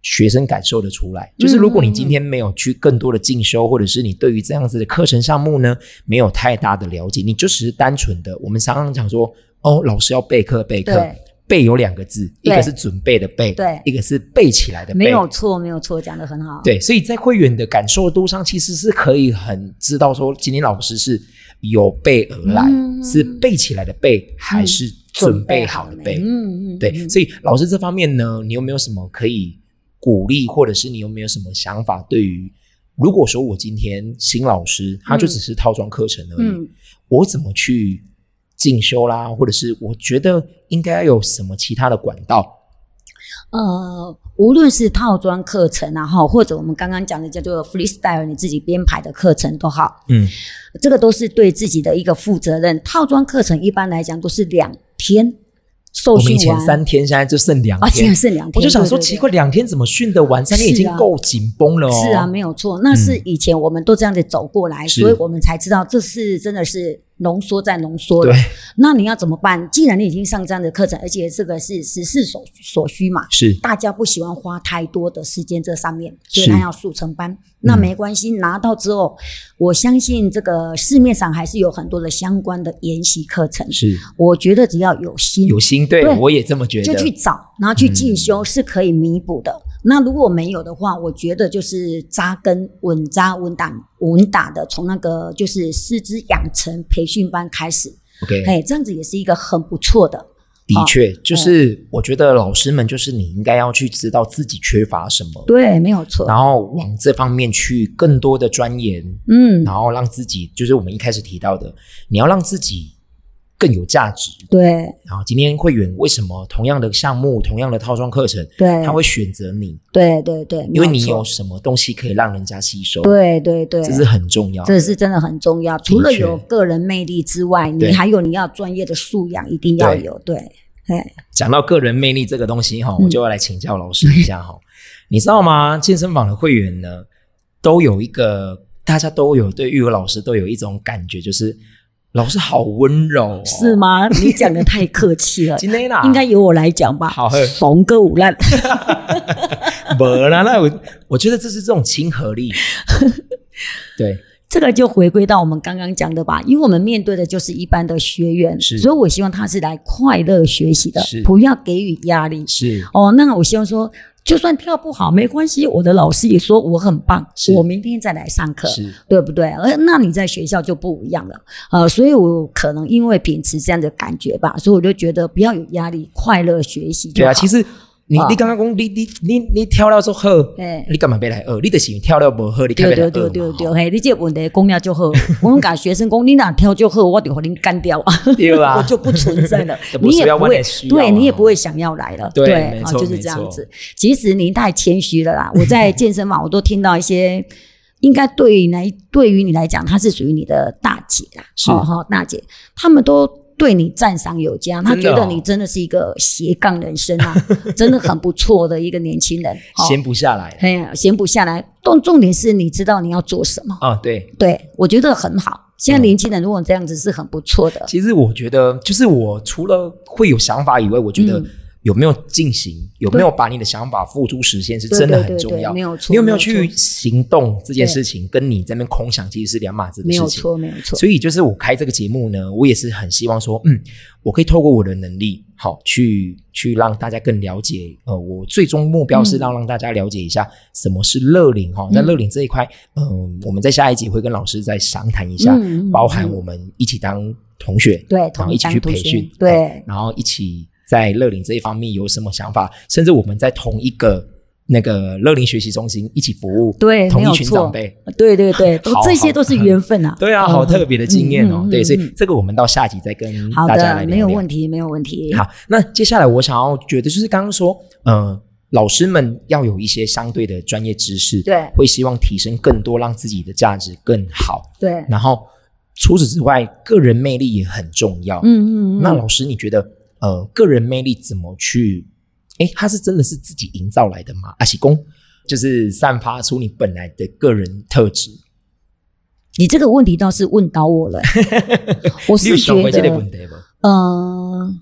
Speaker 1: 学生感受得出来，就是如果你今天没有去更多的进修，或者是你对于这样子的课程项目呢，没有太大的了解，你就只是单纯的，我们常常讲说，哦，老师要备课备课
Speaker 2: 对，
Speaker 1: 备有两个字，一
Speaker 2: 对
Speaker 1: 个是准备的备，
Speaker 2: 对
Speaker 1: 一个是背起来的背，
Speaker 2: 没有错，没有错，讲的很好。
Speaker 1: 对，所以在会员的感受度上，其实是可以很知道说，今天老师是有备而来，
Speaker 2: 嗯
Speaker 1: 是背起来的背，还是准备好的
Speaker 2: 没
Speaker 1: 背？
Speaker 2: 嗯嗯，
Speaker 1: 对，
Speaker 2: 嗯
Speaker 1: 所以老师这方面呢，你有没有什么可以鼓励，或者是你有没有什么想法？对于如果说我今天新老师，他就只是套装课程而已，
Speaker 2: 嗯
Speaker 1: 我怎么去进修啦，或者是我觉得应该有什么其他的管道？
Speaker 2: 呃，无论是套装课程啊，哈，或者我们刚刚讲的叫做 freestyle，你自己编排的课程都好，
Speaker 1: 嗯，
Speaker 2: 这个都是对自己的一个负责任。套装课程一般来讲都是两天受
Speaker 1: 我们
Speaker 2: 训
Speaker 1: 以前
Speaker 2: 完，
Speaker 1: 三天，现在就剩两
Speaker 2: 啊，现
Speaker 1: 天
Speaker 2: 在。是两天，
Speaker 1: 我就想说，
Speaker 2: 对对对
Speaker 1: 奇怪，两天怎么训得完？三天已
Speaker 2: 是啊
Speaker 1: 经够紧绷了哦。
Speaker 2: 是啊，没有错，那是以前我们都这样子走过来，
Speaker 1: 是
Speaker 2: 所以我们才知道这是真的是浓缩再浓缩了
Speaker 1: 对。，
Speaker 2: 那你要怎么办？既然你已经上这样的课程，而且这个是时势所所需嘛，
Speaker 1: 是
Speaker 2: 大家不喜欢花太多的时间这上面，
Speaker 1: 是
Speaker 2: 所以他要速成班。那
Speaker 1: 嗯
Speaker 2: 没关系，拿到之后，我相信这个市面上还是有很多的相关的研习课程。
Speaker 1: 是，
Speaker 2: 我觉得只要有心，
Speaker 1: 有心对
Speaker 2: 对
Speaker 1: 我也这么觉
Speaker 2: 就
Speaker 1: 得。
Speaker 2: 去找，然后去进
Speaker 1: 嗯
Speaker 2: 修是可以弥补的。那如果没有的话，我觉得就是扎根、稳扎稳打、稳打的，从那个就是师资养成培训班开始，
Speaker 1: OK，
Speaker 2: 哎，这样子也是一个很不错的。
Speaker 1: 的确，就是我觉得老师们就是你应该要去知道自己缺乏什么，
Speaker 2: 对，没有错。
Speaker 1: 然后往这方面去更多的钻研，
Speaker 2: 嗯，
Speaker 1: 然后让自己就是我们一开始提到的，你要让自己更有价值。
Speaker 2: 对
Speaker 1: 然后今天会员为什么同样的项目、同样的套装课程，
Speaker 2: 对，
Speaker 1: 他会选择你，
Speaker 2: 对对对，
Speaker 1: 因为
Speaker 2: 没
Speaker 1: 你
Speaker 2: 错
Speaker 1: 有什么东西可以让人家吸收，
Speaker 2: 对对对，
Speaker 1: 这是很重要的。
Speaker 2: 这是真的很重要。除了有
Speaker 1: 的确
Speaker 2: 个人魅力之外，
Speaker 1: 对
Speaker 2: 你还有你要专业的素养，一定要有。对，哎，
Speaker 1: 讲到个人魅力这个东西哈，
Speaker 2: 嗯
Speaker 1: 我就要来请教老师一下哈。
Speaker 2: *laughs*
Speaker 1: 你知道吗？健身房的会员呢，都有一个，大家都有对育儿老师都有一种感觉，就是老师好温柔、哦，
Speaker 2: 是？吗？你讲的太客气了，
Speaker 1: 今天啊啦，
Speaker 2: 应该由我来讲吧。
Speaker 1: 好嘿
Speaker 2: 怂个五烂， *laughs*
Speaker 1: 没啦。那我我觉得这是这种亲和
Speaker 2: *laughs*
Speaker 1: 力，对，
Speaker 2: 这个就回归到我们刚刚讲的吧，因为我们面对的就是一般的学员，
Speaker 1: 是
Speaker 2: 所以我希望他是来快乐学习的
Speaker 1: 是，
Speaker 2: 不要给予压力。
Speaker 1: 是
Speaker 2: 哦，那我希望说，就算跳不好没关系，我的老师也说我很棒
Speaker 1: 是，
Speaker 2: 我明天再来上课。
Speaker 1: 是
Speaker 2: 对不对？而那你在学校就不一样了，呃，所以我可能因为秉持这样的感觉吧，所以我就觉得不要有压力，快乐学习就
Speaker 1: 对
Speaker 2: 好。
Speaker 1: 啊。其实你你刚刚讲你你你你跳了之后
Speaker 2: 哎，
Speaker 1: 你干嘛别来饿？你的是跳了不好，你干
Speaker 2: 对
Speaker 1: 嘛来
Speaker 2: 对
Speaker 1: 饿
Speaker 2: 对
Speaker 1: 嘛？
Speaker 2: 对对，嘿，你这个问题讲
Speaker 1: *laughs*
Speaker 2: 了就好。我们跟学生讲，你哪挑就好，我就给你干掉啊，
Speaker 1: 对吧
Speaker 2: 我就不存在了 *laughs*
Speaker 1: *laughs* 就，不
Speaker 2: 你
Speaker 1: 需
Speaker 2: 也
Speaker 1: 要
Speaker 2: 不
Speaker 1: 我也
Speaker 2: 会
Speaker 1: 需，要啊
Speaker 2: 对你也不会想要来了，
Speaker 1: 对没
Speaker 2: 啊，
Speaker 1: 错
Speaker 2: 就是
Speaker 1: 没
Speaker 2: 这样
Speaker 1: 错
Speaker 2: 子。其实您太谦虚了
Speaker 1: *laughs*
Speaker 2: 啦，我在健身房我都听到一些。应该对于来，对于你来讲，她是属于你的大姐啦，
Speaker 1: 是
Speaker 2: 哦哦大姐，他们都对你赞赏有加，他
Speaker 1: 真的
Speaker 2: 觉
Speaker 1: 哦
Speaker 2: 得你真的是一个斜杠人生
Speaker 1: *laughs*
Speaker 2: 啊，真的很不错的一个年轻人，哦
Speaker 1: 闲不下来
Speaker 2: 哎呀，闲不下来。重重点是你知道你要做什么，
Speaker 1: 啊，对。
Speaker 2: 对我觉得很好。现在年轻人如果这样子是很不错的，
Speaker 1: 其实我觉得，就是我除了会有想法以外，我觉得
Speaker 2: 嗯
Speaker 1: 有没有进行，有没有把你的想法付诸实现，是真的很重
Speaker 2: 对对对
Speaker 1: 要。
Speaker 2: 对没有错
Speaker 1: 你有没有
Speaker 2: 没有
Speaker 1: 去
Speaker 2: 错
Speaker 1: 行动这件事情，跟你在那边空想其实是两码子的
Speaker 2: 没
Speaker 1: 事
Speaker 2: 有
Speaker 1: 情。
Speaker 2: 错，没有错。
Speaker 1: 所以就是我开这个节目呢，我也是很希望说，嗯，我可以透过我的能力，好去去让大家更了解。呃，我最终目标是让让大家了解一下什么是乐龄哈，在
Speaker 2: 嗯
Speaker 1: 乐龄这一块，嗯、我们在下一集会跟老师再商谈一下，
Speaker 2: 嗯嗯
Speaker 1: 包含
Speaker 2: 嗯
Speaker 1: 我们一起当同学，
Speaker 2: 对，
Speaker 1: 然后
Speaker 2: 同
Speaker 1: 一起
Speaker 2: 当
Speaker 1: 去
Speaker 2: 同
Speaker 1: 培
Speaker 2: 学
Speaker 1: 训，
Speaker 2: 对，
Speaker 1: 然后一起在乐龄这一方面有什么想法，甚至我们在同一个那个乐龄学习中心一起服务，
Speaker 2: 对
Speaker 1: 同
Speaker 2: 没
Speaker 1: 一
Speaker 2: 有
Speaker 1: 群
Speaker 2: 错
Speaker 1: 长辈，
Speaker 2: 对对对，都
Speaker 1: 好
Speaker 2: 这些都是缘分
Speaker 1: *laughs*
Speaker 2: 啊。
Speaker 1: 对啊，
Speaker 2: 嗯
Speaker 1: 好特别的经验哦。
Speaker 2: 嗯嗯嗯
Speaker 1: 对，所以
Speaker 2: 嗯
Speaker 1: 这个我们到下集再跟
Speaker 2: 好
Speaker 1: 大家来
Speaker 2: 的，
Speaker 1: 聊
Speaker 2: 没有问
Speaker 1: 题。
Speaker 2: 题，没有问题。
Speaker 1: 好，那接下来我想要觉得就是刚刚说，呃，老师们要有一些相对的专业知识，
Speaker 2: 对
Speaker 1: 会希望提升更多，让自己的价值更好。
Speaker 2: 对，
Speaker 1: 然后除此之外，个人魅力也很重要。
Speaker 2: 嗯嗯嗯，
Speaker 1: 那老师，你觉得呃，个人魅力怎么去？诶，它是真的是自己营造来的吗？阿喜公就是散发出你本来的个人特质。
Speaker 2: 你这个问题倒是问倒
Speaker 1: *laughs*
Speaker 2: 我了。我
Speaker 1: 你有
Speaker 2: 是
Speaker 1: 想
Speaker 2: 觉
Speaker 1: 过这个
Speaker 2: 得
Speaker 1: 问，题吗？
Speaker 2: 呃，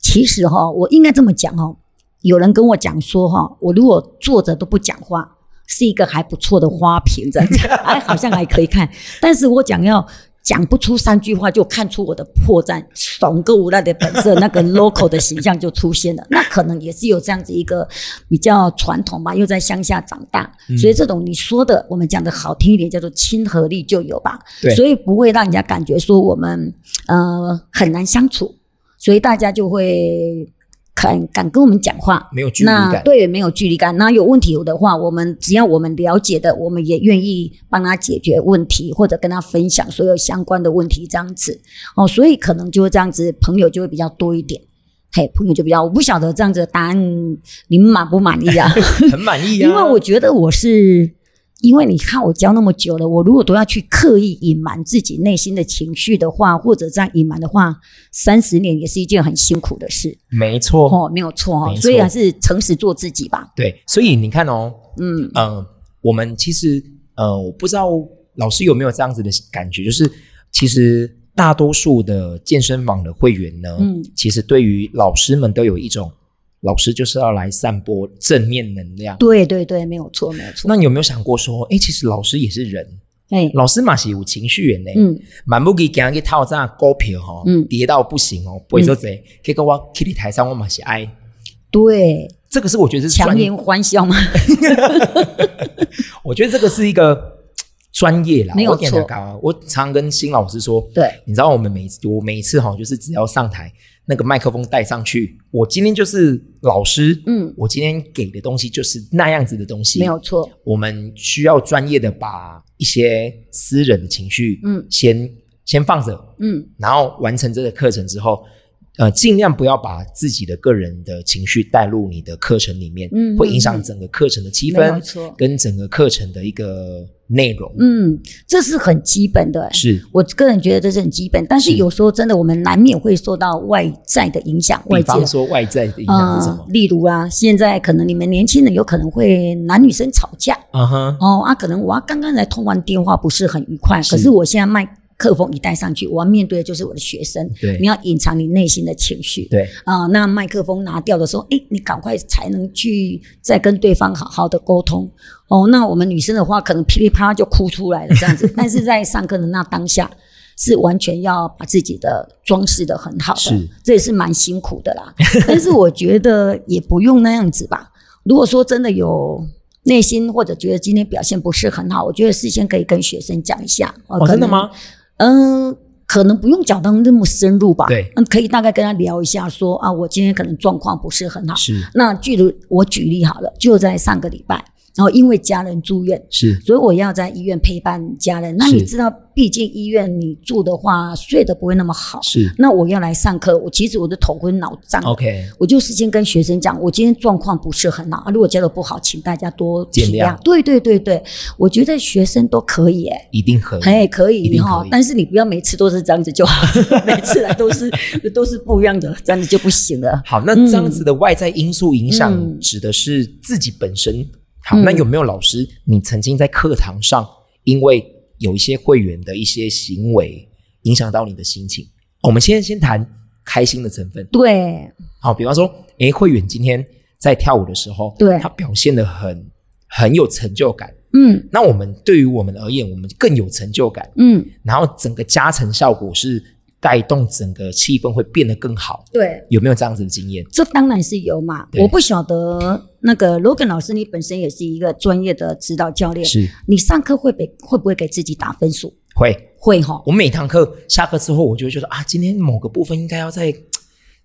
Speaker 2: 其实哈、我应该这么讲哦。有人跟我讲说哈、我如果坐着都不讲话，是一个还不错的花瓶，这样子， *laughs* 哎，好像还可以看。但是我讲要讲不出三句话，就看出我的破绽，怂个无赖的本色，那个 local 的形象就出现了。那可能也是有这样子一个比较传统吧，又在乡下长大，所以这种你说的，我们讲的好听一点，叫做亲和力就有吧。
Speaker 1: 对
Speaker 2: 所以不会让人家感觉说我们呃很难相处，所以大家就会敢敢跟我们讲话。
Speaker 1: 没有距离
Speaker 2: 那
Speaker 1: 感。
Speaker 2: 对没有距离感，那有问题有的话，我们只要我们了解的，我们也愿意帮他解决问题，或者跟他分享所有相关的问题，这样子哦，所以可能就会这样子，朋友就会比较多一点。嘿，朋友就比较，我不晓得这样子的答案你们满不满意
Speaker 1: *laughs*
Speaker 2: 啊？ *laughs*
Speaker 1: 很满意啊，
Speaker 2: 因为我觉得我是，因为你看我教那么久了，我如果都要去刻意隐瞒自己内心的情绪的话，或者这样隐瞒的话，三十年也是一件很辛苦的事
Speaker 1: 没错，
Speaker 2: 哦，没有错
Speaker 1: 没
Speaker 2: 哦，
Speaker 1: 错
Speaker 2: 所以还是诚实做自己吧。
Speaker 1: 对，所以你看哦，
Speaker 2: 嗯，
Speaker 1: 嗯、我们其实，呃，我不知道老师有没有这样子的感觉，就是其实大多数的健身房的会员呢，
Speaker 2: 嗯
Speaker 1: 其实对于老师们都有一种，老师就是要来散播正面能量。
Speaker 2: 对对对，没有错，没有错。
Speaker 1: 那你有没有想过说，哎，其实老师也是人，
Speaker 2: 哎，
Speaker 1: 老师嘛是有情绪的呢。
Speaker 2: 嗯，
Speaker 1: 蛮不给今日套这股票吼，
Speaker 2: 嗯
Speaker 1: 跌到不行哦，赔做贼。结果我去你台上，我嘛是爱，
Speaker 2: 对，
Speaker 1: 这个是我觉得是专
Speaker 2: 强颜欢笑嘛，
Speaker 1: 我觉得这个是一个专业啦，
Speaker 2: 没有
Speaker 1: 我跟你
Speaker 2: 错
Speaker 1: 讲啊我常跟新老师说，
Speaker 2: 对，
Speaker 1: 你知道我们每次我每一次哈，就是只要上台，那个麦克风带上去，我今天就是老师，
Speaker 2: 嗯
Speaker 1: 我今天给的东西就是那样子的东西，
Speaker 2: 没有。错，
Speaker 1: 我们需要专业的把一些私人的情绪，
Speaker 2: 嗯
Speaker 1: 先先放着，
Speaker 2: 嗯，
Speaker 1: 然后完成这个课程之后，呃，尽量不要把自己的个人的情绪带入你的课程里面，
Speaker 2: 嗯
Speaker 1: 会影
Speaker 2: 嗯
Speaker 1: 响
Speaker 2: 嗯
Speaker 1: 整个课程的气
Speaker 2: 没有
Speaker 1: 氛，
Speaker 2: 错
Speaker 1: 跟整个课程的一个内容。
Speaker 2: 嗯，这是很基本的、欸。
Speaker 1: 是
Speaker 2: 我个人觉得这是很基本，但是
Speaker 1: 是
Speaker 2: 有时候真的我们难免会受到外在的影响，外
Speaker 1: 比
Speaker 2: 界的
Speaker 1: 方说外在的影响是什
Speaker 2: 呃
Speaker 1: 么，？
Speaker 2: 例如啊，现在可能你们年轻人有可能会男女生吵架
Speaker 1: 啊哈，
Speaker 2: 哦，啊，可能我刚刚来通完电话不是很愉快，
Speaker 1: 是
Speaker 2: 可是我现在麦克风一戴上去，我要面对的就是我的学生，
Speaker 1: 对
Speaker 2: 你要隐藏你内心的情绪，
Speaker 1: 对，
Speaker 2: 啊、那麦克风拿掉的时候，哎，你赶快才能去再跟对方好好的沟通。哦，那我们女生的话，可能噼里啪啦就哭出来了这样子， *laughs* 但是在上课的那当下，是完全要把自己的装饰的很好的，
Speaker 1: 是
Speaker 2: 这也是蛮辛苦的啦。但是我觉得也不用那样子吧。如果说真的有。内心或者觉得今天表现不是很好，我觉得事先可以跟学生讲一下。哦
Speaker 1: 哦，真的吗？？
Speaker 2: 嗯，可能不用讲到那么深入吧。
Speaker 1: 对
Speaker 2: 嗯，可以大概跟他聊一下说，啊，我今天可能状况不是很好。
Speaker 1: 是
Speaker 2: 那举如我举例好了，就在上个礼拜，然后因为家人住院，
Speaker 1: 是，
Speaker 2: 所以我要在医院陪伴家人。那你
Speaker 1: 是
Speaker 2: 知道，毕竟医院你住的话，睡得不会那么好。
Speaker 1: 是
Speaker 2: 那我要来上课，我其实我都头昏脑胀。
Speaker 1: ，OK，
Speaker 2: 我就事先跟学生讲，我今天状况不是很好啊，如果教的不好，请大家多
Speaker 1: 见
Speaker 2: 体
Speaker 1: 谅
Speaker 2: 谅。对对对对，我觉得学生都可以、欸，
Speaker 1: 一定可以，
Speaker 2: 哎，可
Speaker 1: 一
Speaker 2: 以
Speaker 1: 定
Speaker 2: 哈
Speaker 1: 可以，
Speaker 2: 但是你不要每次都是这样子
Speaker 1: *laughs*
Speaker 2: 就好，每次来都是都是不一样的，这样子就不行了。
Speaker 1: 好，那这样子的外在因素影响
Speaker 2: 嗯
Speaker 1: 指的是自己本身。好，
Speaker 2: 嗯
Speaker 1: 那有没有老师，你曾经在课堂上因为有一些会员的一些行为影响到你的心情？我们现在先谈开心的成分。
Speaker 2: 对，
Speaker 1: 好，比方说，诶，会员今天在跳舞的时候，
Speaker 2: 对
Speaker 1: 他表现的很很有成就感。
Speaker 2: 嗯
Speaker 1: 那我们对于我们而言，我们更有成就感，
Speaker 2: 嗯，
Speaker 1: 然后整个加成效果是带动整个气氛会变得更好。
Speaker 2: 对，
Speaker 1: 有没有这样子的经验？
Speaker 2: 这当然是有嘛。
Speaker 1: 对
Speaker 2: 我不晓得那个罗根老师，你本身也是一个专业的指导教练，
Speaker 1: 是
Speaker 2: 你上课会给会不会给自己打分数？
Speaker 1: 会。
Speaker 2: 会哈，
Speaker 1: 我每堂课下课之后，我就会觉得啊，今天某个部分应该要再，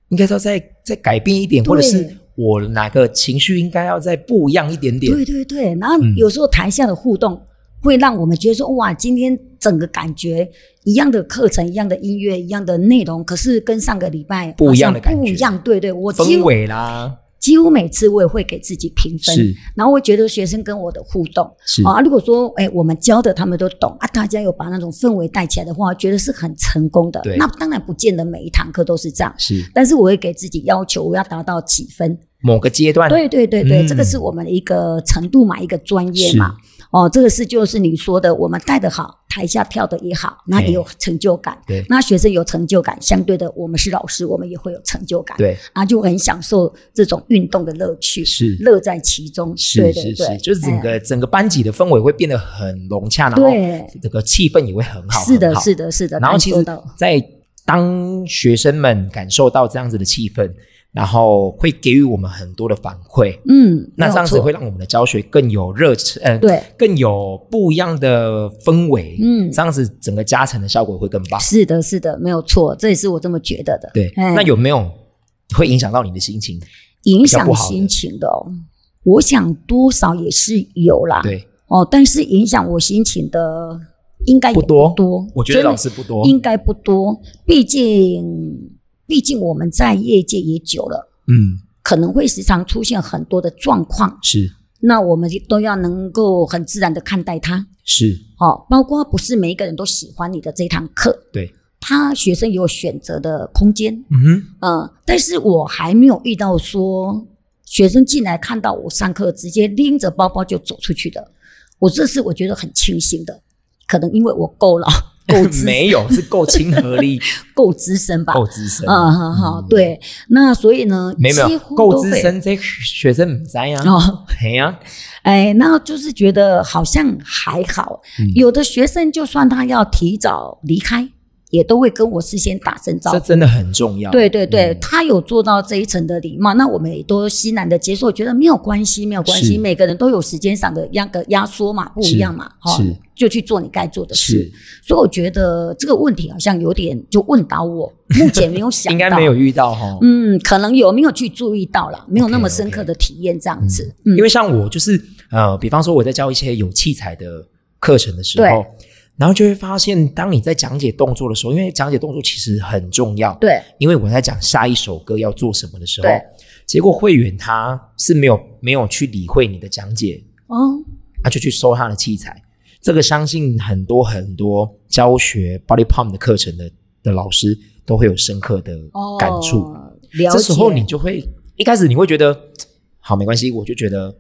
Speaker 1: 应该要再再改变一点，
Speaker 2: 对
Speaker 1: 或者是我哪个情绪应该要再不一样一点点。
Speaker 2: 对对对。然后
Speaker 1: 嗯
Speaker 2: 有时候台下的互动会让我们觉得说，哇，今天整个感觉一样的课程、一样的音乐、一样的内容，可是跟上个礼拜
Speaker 1: 不一样
Speaker 2: 好像
Speaker 1: 的感觉
Speaker 2: 不一样。对对，我几
Speaker 1: 氛
Speaker 2: 乎
Speaker 1: 围啦，
Speaker 2: 几乎每次我也会给自己评分，然后我觉得学生跟我的互动
Speaker 1: 是
Speaker 2: 啊，如果说哎我们教的他们都懂啊，大家有把那种氛围带起来的话，觉得是很成功的
Speaker 1: 对。
Speaker 2: 那当然不见得每一堂课都是这样，
Speaker 1: 是
Speaker 2: 但是我会给自己要求，我要达到几分。
Speaker 1: 某个阶段，
Speaker 2: 对对对对，
Speaker 1: 嗯
Speaker 2: 这个是我们的一个程度嘛，一个专业嘛。哦，这个是就是你说的，我们带的好，台下跳的也好，那也有成就感。
Speaker 1: 对
Speaker 2: 那学生有成就感，相对的，我们是老师，我们也会有成就感。
Speaker 1: 对
Speaker 2: 啊，就很享受这种运动的乐趣，
Speaker 1: 是
Speaker 2: 乐在其中，
Speaker 1: 是
Speaker 2: 对对
Speaker 1: 是
Speaker 2: 对，
Speaker 1: 是，就是整
Speaker 2: 哎、
Speaker 1: 个、整个班级的氛围会变得很融洽，然后
Speaker 2: 对，
Speaker 1: 整个气氛也会很好，
Speaker 2: 是的
Speaker 1: 很，好
Speaker 2: 是的，是的，
Speaker 1: 然后
Speaker 2: 感
Speaker 1: 其
Speaker 2: 受
Speaker 1: 实
Speaker 2: 到，
Speaker 1: 在当学生们感受到这样子的气氛，然后会给予我们很多的反馈，
Speaker 2: 嗯，
Speaker 1: 那
Speaker 2: 没有
Speaker 1: 这样子
Speaker 2: 错
Speaker 1: 会让我们的教学更有热忱，呃，
Speaker 2: 对，
Speaker 1: 更有不一样的氛围，
Speaker 2: 嗯
Speaker 1: 这样子整个加成的效果会更棒。
Speaker 2: 是的，是的，没有错，这也是我这么觉得的。
Speaker 1: 对，
Speaker 2: 哎
Speaker 1: 那有没有会影响到你的心情？
Speaker 2: 影
Speaker 1: 比较不好
Speaker 2: 响
Speaker 1: 的
Speaker 2: 心情的哦，我想多少也是有啦。
Speaker 1: 对，
Speaker 2: 哦，但是影响我心情的应该也
Speaker 1: 不多
Speaker 2: 多，
Speaker 1: 我觉得
Speaker 2: 真的
Speaker 1: 老师不多，
Speaker 2: 应该不多，毕竟毕竟我们在业界也久了，
Speaker 1: 嗯，
Speaker 2: 可能会时常出现很多的状况，
Speaker 1: 是
Speaker 2: 那我们都要能够很自然的看待它。
Speaker 1: 是，
Speaker 2: 哦，包括不是每一个人都喜欢你的这堂课，
Speaker 1: 对，
Speaker 2: 他学生有选择的空间，
Speaker 1: 嗯哼，
Speaker 2: 嗯，但是我还没有遇到说学生进来看到我上课，直接拎着包包就走出去的。我这是我觉得很庆幸的，可能因为我够老、 *laughs* 够
Speaker 1: *laughs*
Speaker 2: 资、
Speaker 1: 没有是够亲和
Speaker 2: *laughs*
Speaker 1: 力，
Speaker 2: 够资深吧。
Speaker 1: 够资深，
Speaker 2: 嗯，好好，
Speaker 1: 嗯，
Speaker 2: 对。那所以呢，
Speaker 1: 没有没
Speaker 2: 几
Speaker 1: 有
Speaker 2: 乎
Speaker 1: 够
Speaker 2: 都
Speaker 1: 资
Speaker 2: 会
Speaker 1: 深，这学生唔知啊，
Speaker 2: 哦。
Speaker 1: 嘿呀，
Speaker 2: 哎，那就是觉得好像还好。
Speaker 1: 嗯
Speaker 2: 有的学生就算他要提早离开，也都会跟我事先打声招
Speaker 1: 这
Speaker 2: 呼。
Speaker 1: 真的很重要，
Speaker 2: 对对对，
Speaker 1: 嗯
Speaker 2: 他有做到这一层的礼貌，那我们也都欣然的接受，觉得没有关系，没有关系，
Speaker 1: 是
Speaker 2: 每个人都有时间上的压个压缩嘛，不一样嘛，
Speaker 1: 是是
Speaker 2: 就去做你该做的事
Speaker 1: 是。
Speaker 2: 所以我觉得这个问题好像有点就问倒
Speaker 1: *laughs*
Speaker 2: 我，目前没有想到，
Speaker 1: 应该没有遇到哈，
Speaker 2: 嗯，可能有没有去注意到啦，没有那么
Speaker 1: OK，OK
Speaker 2: 深刻的体验这样子，嗯，
Speaker 1: 因为像我就是呃，比方说我在教一些有器材的课程的时候，然后就会发现，当你在讲解动作的时候，因为讲解动作其实很重要，
Speaker 2: 对
Speaker 1: 因为我在讲下一首歌要做什么的时候
Speaker 2: 对，
Speaker 1: 结果会员他是没有没有去理会你的讲解，
Speaker 2: 哦，
Speaker 1: 他就去收他的器材。这个相信很多很多教学 body pump 的课程的的老师都会有深刻的
Speaker 2: 哦
Speaker 1: 感触。
Speaker 2: 了解。
Speaker 1: 这时候你就会一开始你会觉得好没关系，我就觉得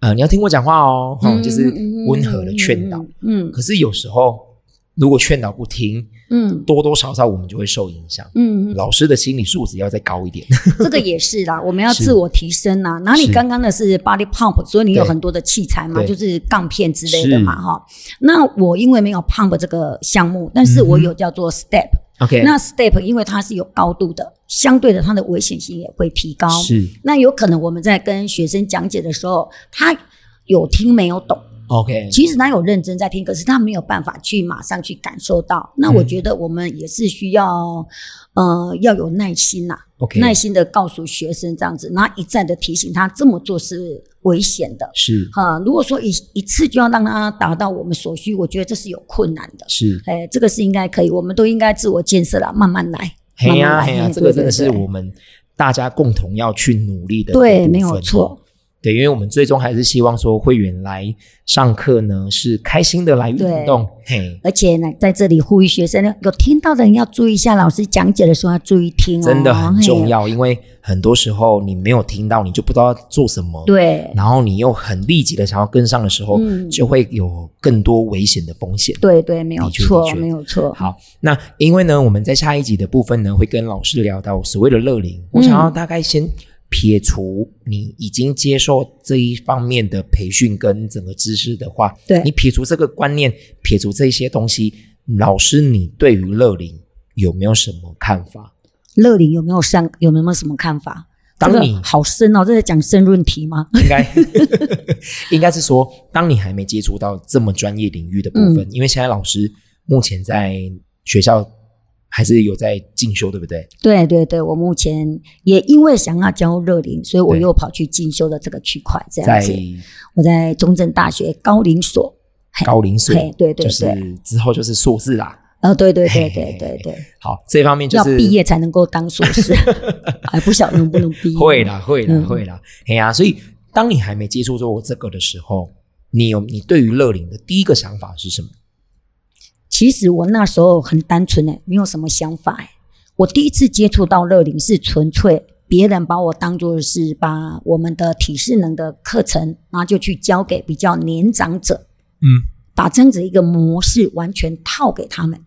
Speaker 1: 呃你要听我讲话哦，嗯
Speaker 2: 嗯
Speaker 1: 就是温和的劝导。，
Speaker 2: 嗯
Speaker 1: 可是有时候如果劝导不听，
Speaker 2: 嗯
Speaker 1: 多多少少我们就会受影响。
Speaker 2: 嗯嗯，
Speaker 1: 老师的心理素质要再高一
Speaker 2: *laughs*
Speaker 1: 点， *laughs*
Speaker 2: 这个也是啦，我们要
Speaker 1: 是
Speaker 2: 自我提升啦。然后你
Speaker 1: 是
Speaker 2: 刚刚的是 body pump，所以你有
Speaker 1: 对
Speaker 2: 很多的器材嘛，
Speaker 1: 对
Speaker 2: 就是杠片之类的嘛，哈。那我因为没有 pump 这个项目，但是我
Speaker 1: 嗯哼
Speaker 2: 有叫做 step。
Speaker 1: OK，
Speaker 2: 那 step 因为它是有高度的，相对的它的危险性也会提高。
Speaker 1: 是
Speaker 2: 那有可能我们在跟学生讲解的时候，他有听没有懂，
Speaker 1: OK，
Speaker 2: 其实他有认真在听，可是他没有办法去马上去感受到。那我
Speaker 1: 嗯
Speaker 2: 觉得我们也是需要，呃，要有耐心呐、
Speaker 1: OK，
Speaker 2: 耐心的告诉学生这样子，然后一再的提醒他这么做是危险的。
Speaker 1: 是
Speaker 2: 哈、如果说一一次就要让他达到我们所需，我觉得这是有困难的。
Speaker 1: 是，
Speaker 2: 哎，这个是应该可以，我们都应该自我建设了，慢慢来。
Speaker 1: 嘿
Speaker 2: 慢慢
Speaker 1: 呀
Speaker 2: 来
Speaker 1: 嘿呀，
Speaker 2: 嘿
Speaker 1: 这个
Speaker 2: 对
Speaker 1: 真的
Speaker 2: 对
Speaker 1: 是
Speaker 2: 对
Speaker 1: 我们大家共同要去努力的一个
Speaker 2: 对
Speaker 1: 部
Speaker 2: 没有
Speaker 1: 分
Speaker 2: 错。
Speaker 1: 对，因为我们最终还是希望说会员来上课呢是开心的来运
Speaker 2: 对
Speaker 1: 动，嘿，
Speaker 2: 而且呢，在这里呼吁学生呢，有听到的人要注意一下，老师讲解的时候要注意听哦，
Speaker 1: 真的很重
Speaker 2: 嘿。
Speaker 1: 要，因为很多时候你没有听到，你就不知道做什么，，
Speaker 2: 对，
Speaker 1: 然后你又很立即的想要跟上的时候，
Speaker 2: 嗯
Speaker 1: 就会有更多危险的风险。
Speaker 2: 对对，没有
Speaker 1: 的确的
Speaker 2: 错，
Speaker 1: 确
Speaker 2: 没有错。
Speaker 1: 好，那因为呢，我们在下一集的部分呢，会跟老师聊到所谓的乐龄。我
Speaker 2: 嗯
Speaker 1: 想要大概先撇除你已经接受这一方面的培训跟整个知识的话，
Speaker 2: 对
Speaker 1: 你撇除这个观念，撇除这些东西，老师你对于乐龄有没有什么看法？
Speaker 2: 乐龄有没有上有没有什么看法？
Speaker 1: 当
Speaker 2: 这个
Speaker 1: 你
Speaker 2: 好深哦，这是讲申论题吗？
Speaker 1: 应该 *laughs* 应该是说，当你还没接触到这么专业领域的部分，
Speaker 2: 嗯
Speaker 1: 因为现在老师目前在学校还是有在进修，对不对？
Speaker 2: 对对对，我目前也因为想要教乐龄，所以我
Speaker 1: 对
Speaker 2: 又跑去进修了这个区块，这样
Speaker 1: 在
Speaker 2: 子。我在中正大学高龄所。嘿
Speaker 1: 高龄所
Speaker 2: 嘿，对对对，
Speaker 1: 就是之后就是硕士啦。
Speaker 2: 呃，对对对
Speaker 1: 嘿
Speaker 2: 对对对，
Speaker 1: 好，这方面就
Speaker 2: 要
Speaker 1: 是
Speaker 2: 毕业才能够当硕
Speaker 1: *laughs*
Speaker 2: 士，还不晓得能不能毕业。
Speaker 1: 会啦，会啦，
Speaker 2: 嗯
Speaker 1: 会啦。哎呀、所以当你还没接触过这个的时候，你有你对于乐龄的第一个想法是什么？
Speaker 2: 其实我那时候很单纯诶、欸没有什么想法诶、欸我第一次接触到乐龄是纯粹别人把我当做是把我们的体适能的课程，然后就去交给比较年长者，
Speaker 1: 嗯，
Speaker 2: 把这样子一个模式完全套给他们，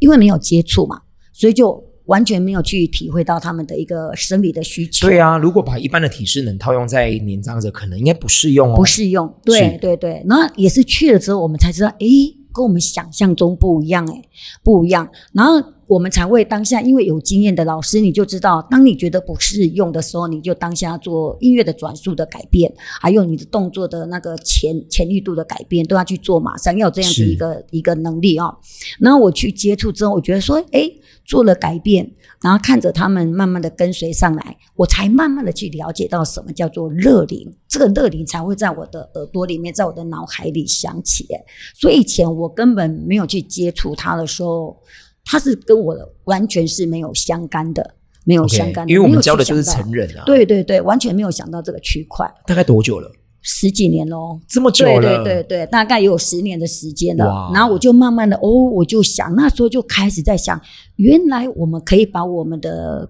Speaker 2: 因为没有接触嘛，所以就完全没有去体会到他们的一个生理的需求。
Speaker 1: 对啊，如果把一般的体适能套用在年长者，可能应该不适用哦。
Speaker 2: 不适用。对对对，然后也是去了之后，我们才知道，诶，跟我们想象中不一样，诶，不一样。然后我们才会当下，因为有经验的老师，你就知道，当你觉得不适用的时候，你就当下做音乐的转速的改变，还有你的动作的那个前前力度的改变，都要去做，马上要有这样子
Speaker 1: 是
Speaker 2: 一个一个能力哦。然后我去接触之后，我觉得说，诶，做了改变。然后看着他们慢慢的跟随上来，我才慢慢的去了解到什么叫做乐龄，这个乐龄才会在我的耳朵里面，在我的脑海里响起。所以以前我根本没有去接触它的时候，它是跟我的完全是没有相干的，没有
Speaker 1: OK，
Speaker 2: 相干的
Speaker 1: 因为我
Speaker 2: 没
Speaker 1: 们
Speaker 2: 有去
Speaker 1: 教的就是
Speaker 2: 想到
Speaker 1: 成人啊。，
Speaker 2: 对对对，完全没有想到这个区块，
Speaker 1: 大概多久了？
Speaker 2: 十几年喽。
Speaker 1: 这么久
Speaker 2: 对
Speaker 1: 了？
Speaker 2: 对对对，大概也有十年的时间了
Speaker 1: 哇。
Speaker 2: 然后我就慢慢的，哦，我就想，那时候就开始在想，原来我们可以把我们的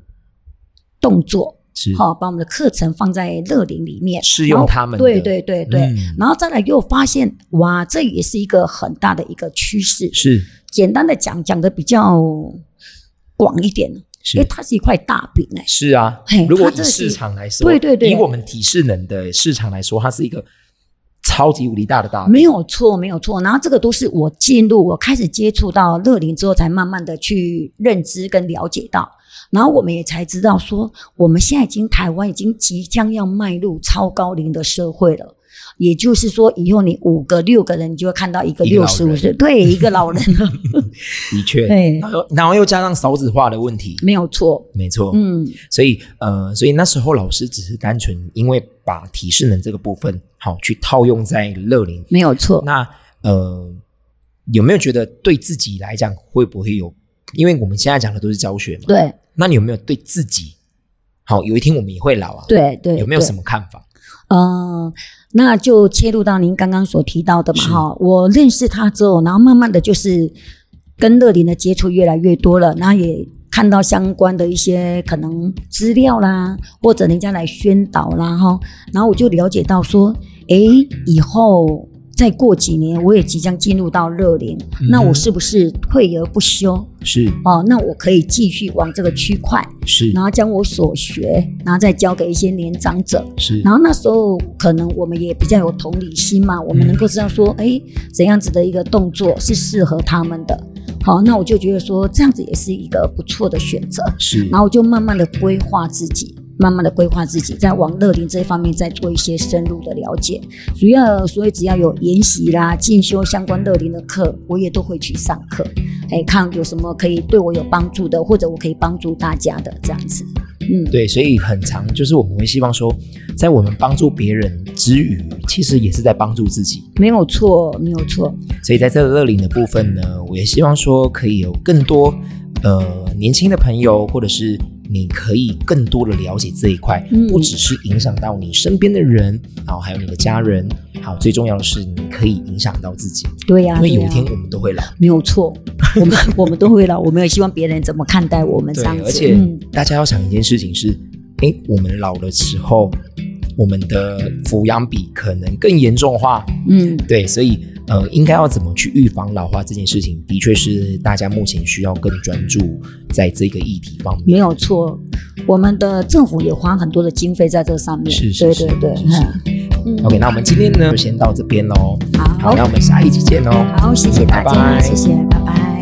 Speaker 2: 动作，
Speaker 1: 是
Speaker 2: 好、把我们的课程放在乐龄里面，
Speaker 1: 嗯适用
Speaker 2: 然后
Speaker 1: 他们的
Speaker 2: 对对对对，
Speaker 1: 嗯
Speaker 2: 然后再来又发现，哇，这也是一个很大的一个趋势。
Speaker 1: 是
Speaker 2: 简单的讲，讲的比较广一点，因为
Speaker 1: 是
Speaker 2: 它是一块大饼哎、
Speaker 1: 是啊
Speaker 2: 嘿。
Speaker 1: 如果
Speaker 2: 它
Speaker 1: 以
Speaker 2: 这是
Speaker 1: 市场来说，
Speaker 2: 对对对
Speaker 1: 以我们体适能的市场来说，它是一个超级无敌大的大
Speaker 2: 没有错，没有错。然后这个都是我进入，我开始接触到乐龄之后，才慢慢的去认知跟了解到。然后我们也才知道说，我们现在已经台湾已经即将要迈入超高龄的社会了。也就是说，以后你五个、六个人，你就会看到一个
Speaker 1: 一个
Speaker 2: 六
Speaker 1: 老
Speaker 2: 十五
Speaker 1: 人
Speaker 2: 岁，对，一个老人
Speaker 1: *laughs*
Speaker 2: 了，
Speaker 1: 的确，
Speaker 2: 对
Speaker 1: 然后然后又加上少子化的问题，
Speaker 2: 没有错。
Speaker 1: 没错，
Speaker 2: 嗯，
Speaker 1: 所以呃，所以那时候老师只是单纯因为把体适能这个部分好去套用在乐龄，
Speaker 2: 没有错。
Speaker 1: 那呃，有没有觉得对自己来讲会不会有？因为我们现在讲的都是教学嘛，
Speaker 2: 对
Speaker 1: 那你有没有对自己，好有一天我们也会老啊？，
Speaker 2: 对对，
Speaker 1: 有没有
Speaker 2: 对
Speaker 1: 什么看法？
Speaker 2: 呃，那就切入到您刚刚所提到的嘛
Speaker 1: 是
Speaker 2: 哈，我认识他之后，然后慢慢的就是跟乐林的接触越来越多了，然后也看到相关的一些可能资料啦，或者人家来宣导啦哈，然后我就了解到说，诶，以后。再过几年，我也即将进入到乐龄，
Speaker 1: 嗯
Speaker 2: 那
Speaker 1: 哼
Speaker 2: 我是不是退而不休？
Speaker 1: 是
Speaker 2: 哦，那我可以继续往这个区块，
Speaker 1: 是
Speaker 2: 然后将我所学，然后再交给一些年长者。
Speaker 1: 是
Speaker 2: 然后那时候可能我们也比较有同理心
Speaker 1: 嗯
Speaker 2: 嘛，我们能够知道说，哎、怎样子的一个动作是适合他们的。好，那我就觉得说这样子也是一个不错的选择。
Speaker 1: 是
Speaker 2: 然后我就慢慢的规划自己，慢慢的规划自己，在往乐龄这一方面再做一些深入的了解。主要所以只要有研习啦、进修相关乐龄的课，我也都会去上课，哎，看有什么可以对我有帮助的，或者我可以帮助大家的这样子。嗯，
Speaker 1: 对，所以很长就是我们会希望说，在我们帮助别人之余，其实也是在帮助自己。
Speaker 2: 没有错，没有错。
Speaker 1: 所以在这个乐龄的部分呢，我也希望说可以有更多呃年轻的朋友，或者是你可以更多的了解这一块，
Speaker 2: 嗯
Speaker 1: 不只是影响到你身边的人，然后还有你的家人，好，最重要的是你可以影响到自己，
Speaker 2: 对呀、
Speaker 1: 因为
Speaker 2: 对呀，啊
Speaker 1: 有一天我们都会老。
Speaker 2: 没有
Speaker 1: *laughs*
Speaker 2: 错，我们我们都会了，我们也希望别人怎么看待我们这
Speaker 1: 对
Speaker 2: 样，
Speaker 1: 而
Speaker 2: 子。嗯
Speaker 1: 且大家要想一件事情是，诶，我们老的时候，我们的抚养比可能更严重化，
Speaker 2: 嗯
Speaker 1: 对，所以呃，应该要怎么去预防老化这件事情，的确是大家目前需要更专注在这个议题方面。
Speaker 2: 没有错，我们的政府也花很多的经费在这上面。
Speaker 1: 是是是
Speaker 2: 对对对
Speaker 1: 是是
Speaker 2: 嗯嗯
Speaker 1: OK，那我们今天呢就先到这边喽。
Speaker 2: 好
Speaker 1: 好，那我们下一集见哦。
Speaker 2: 好，谢谢大
Speaker 1: 拜
Speaker 2: 家，
Speaker 1: 拜
Speaker 2: 谢谢，拜拜。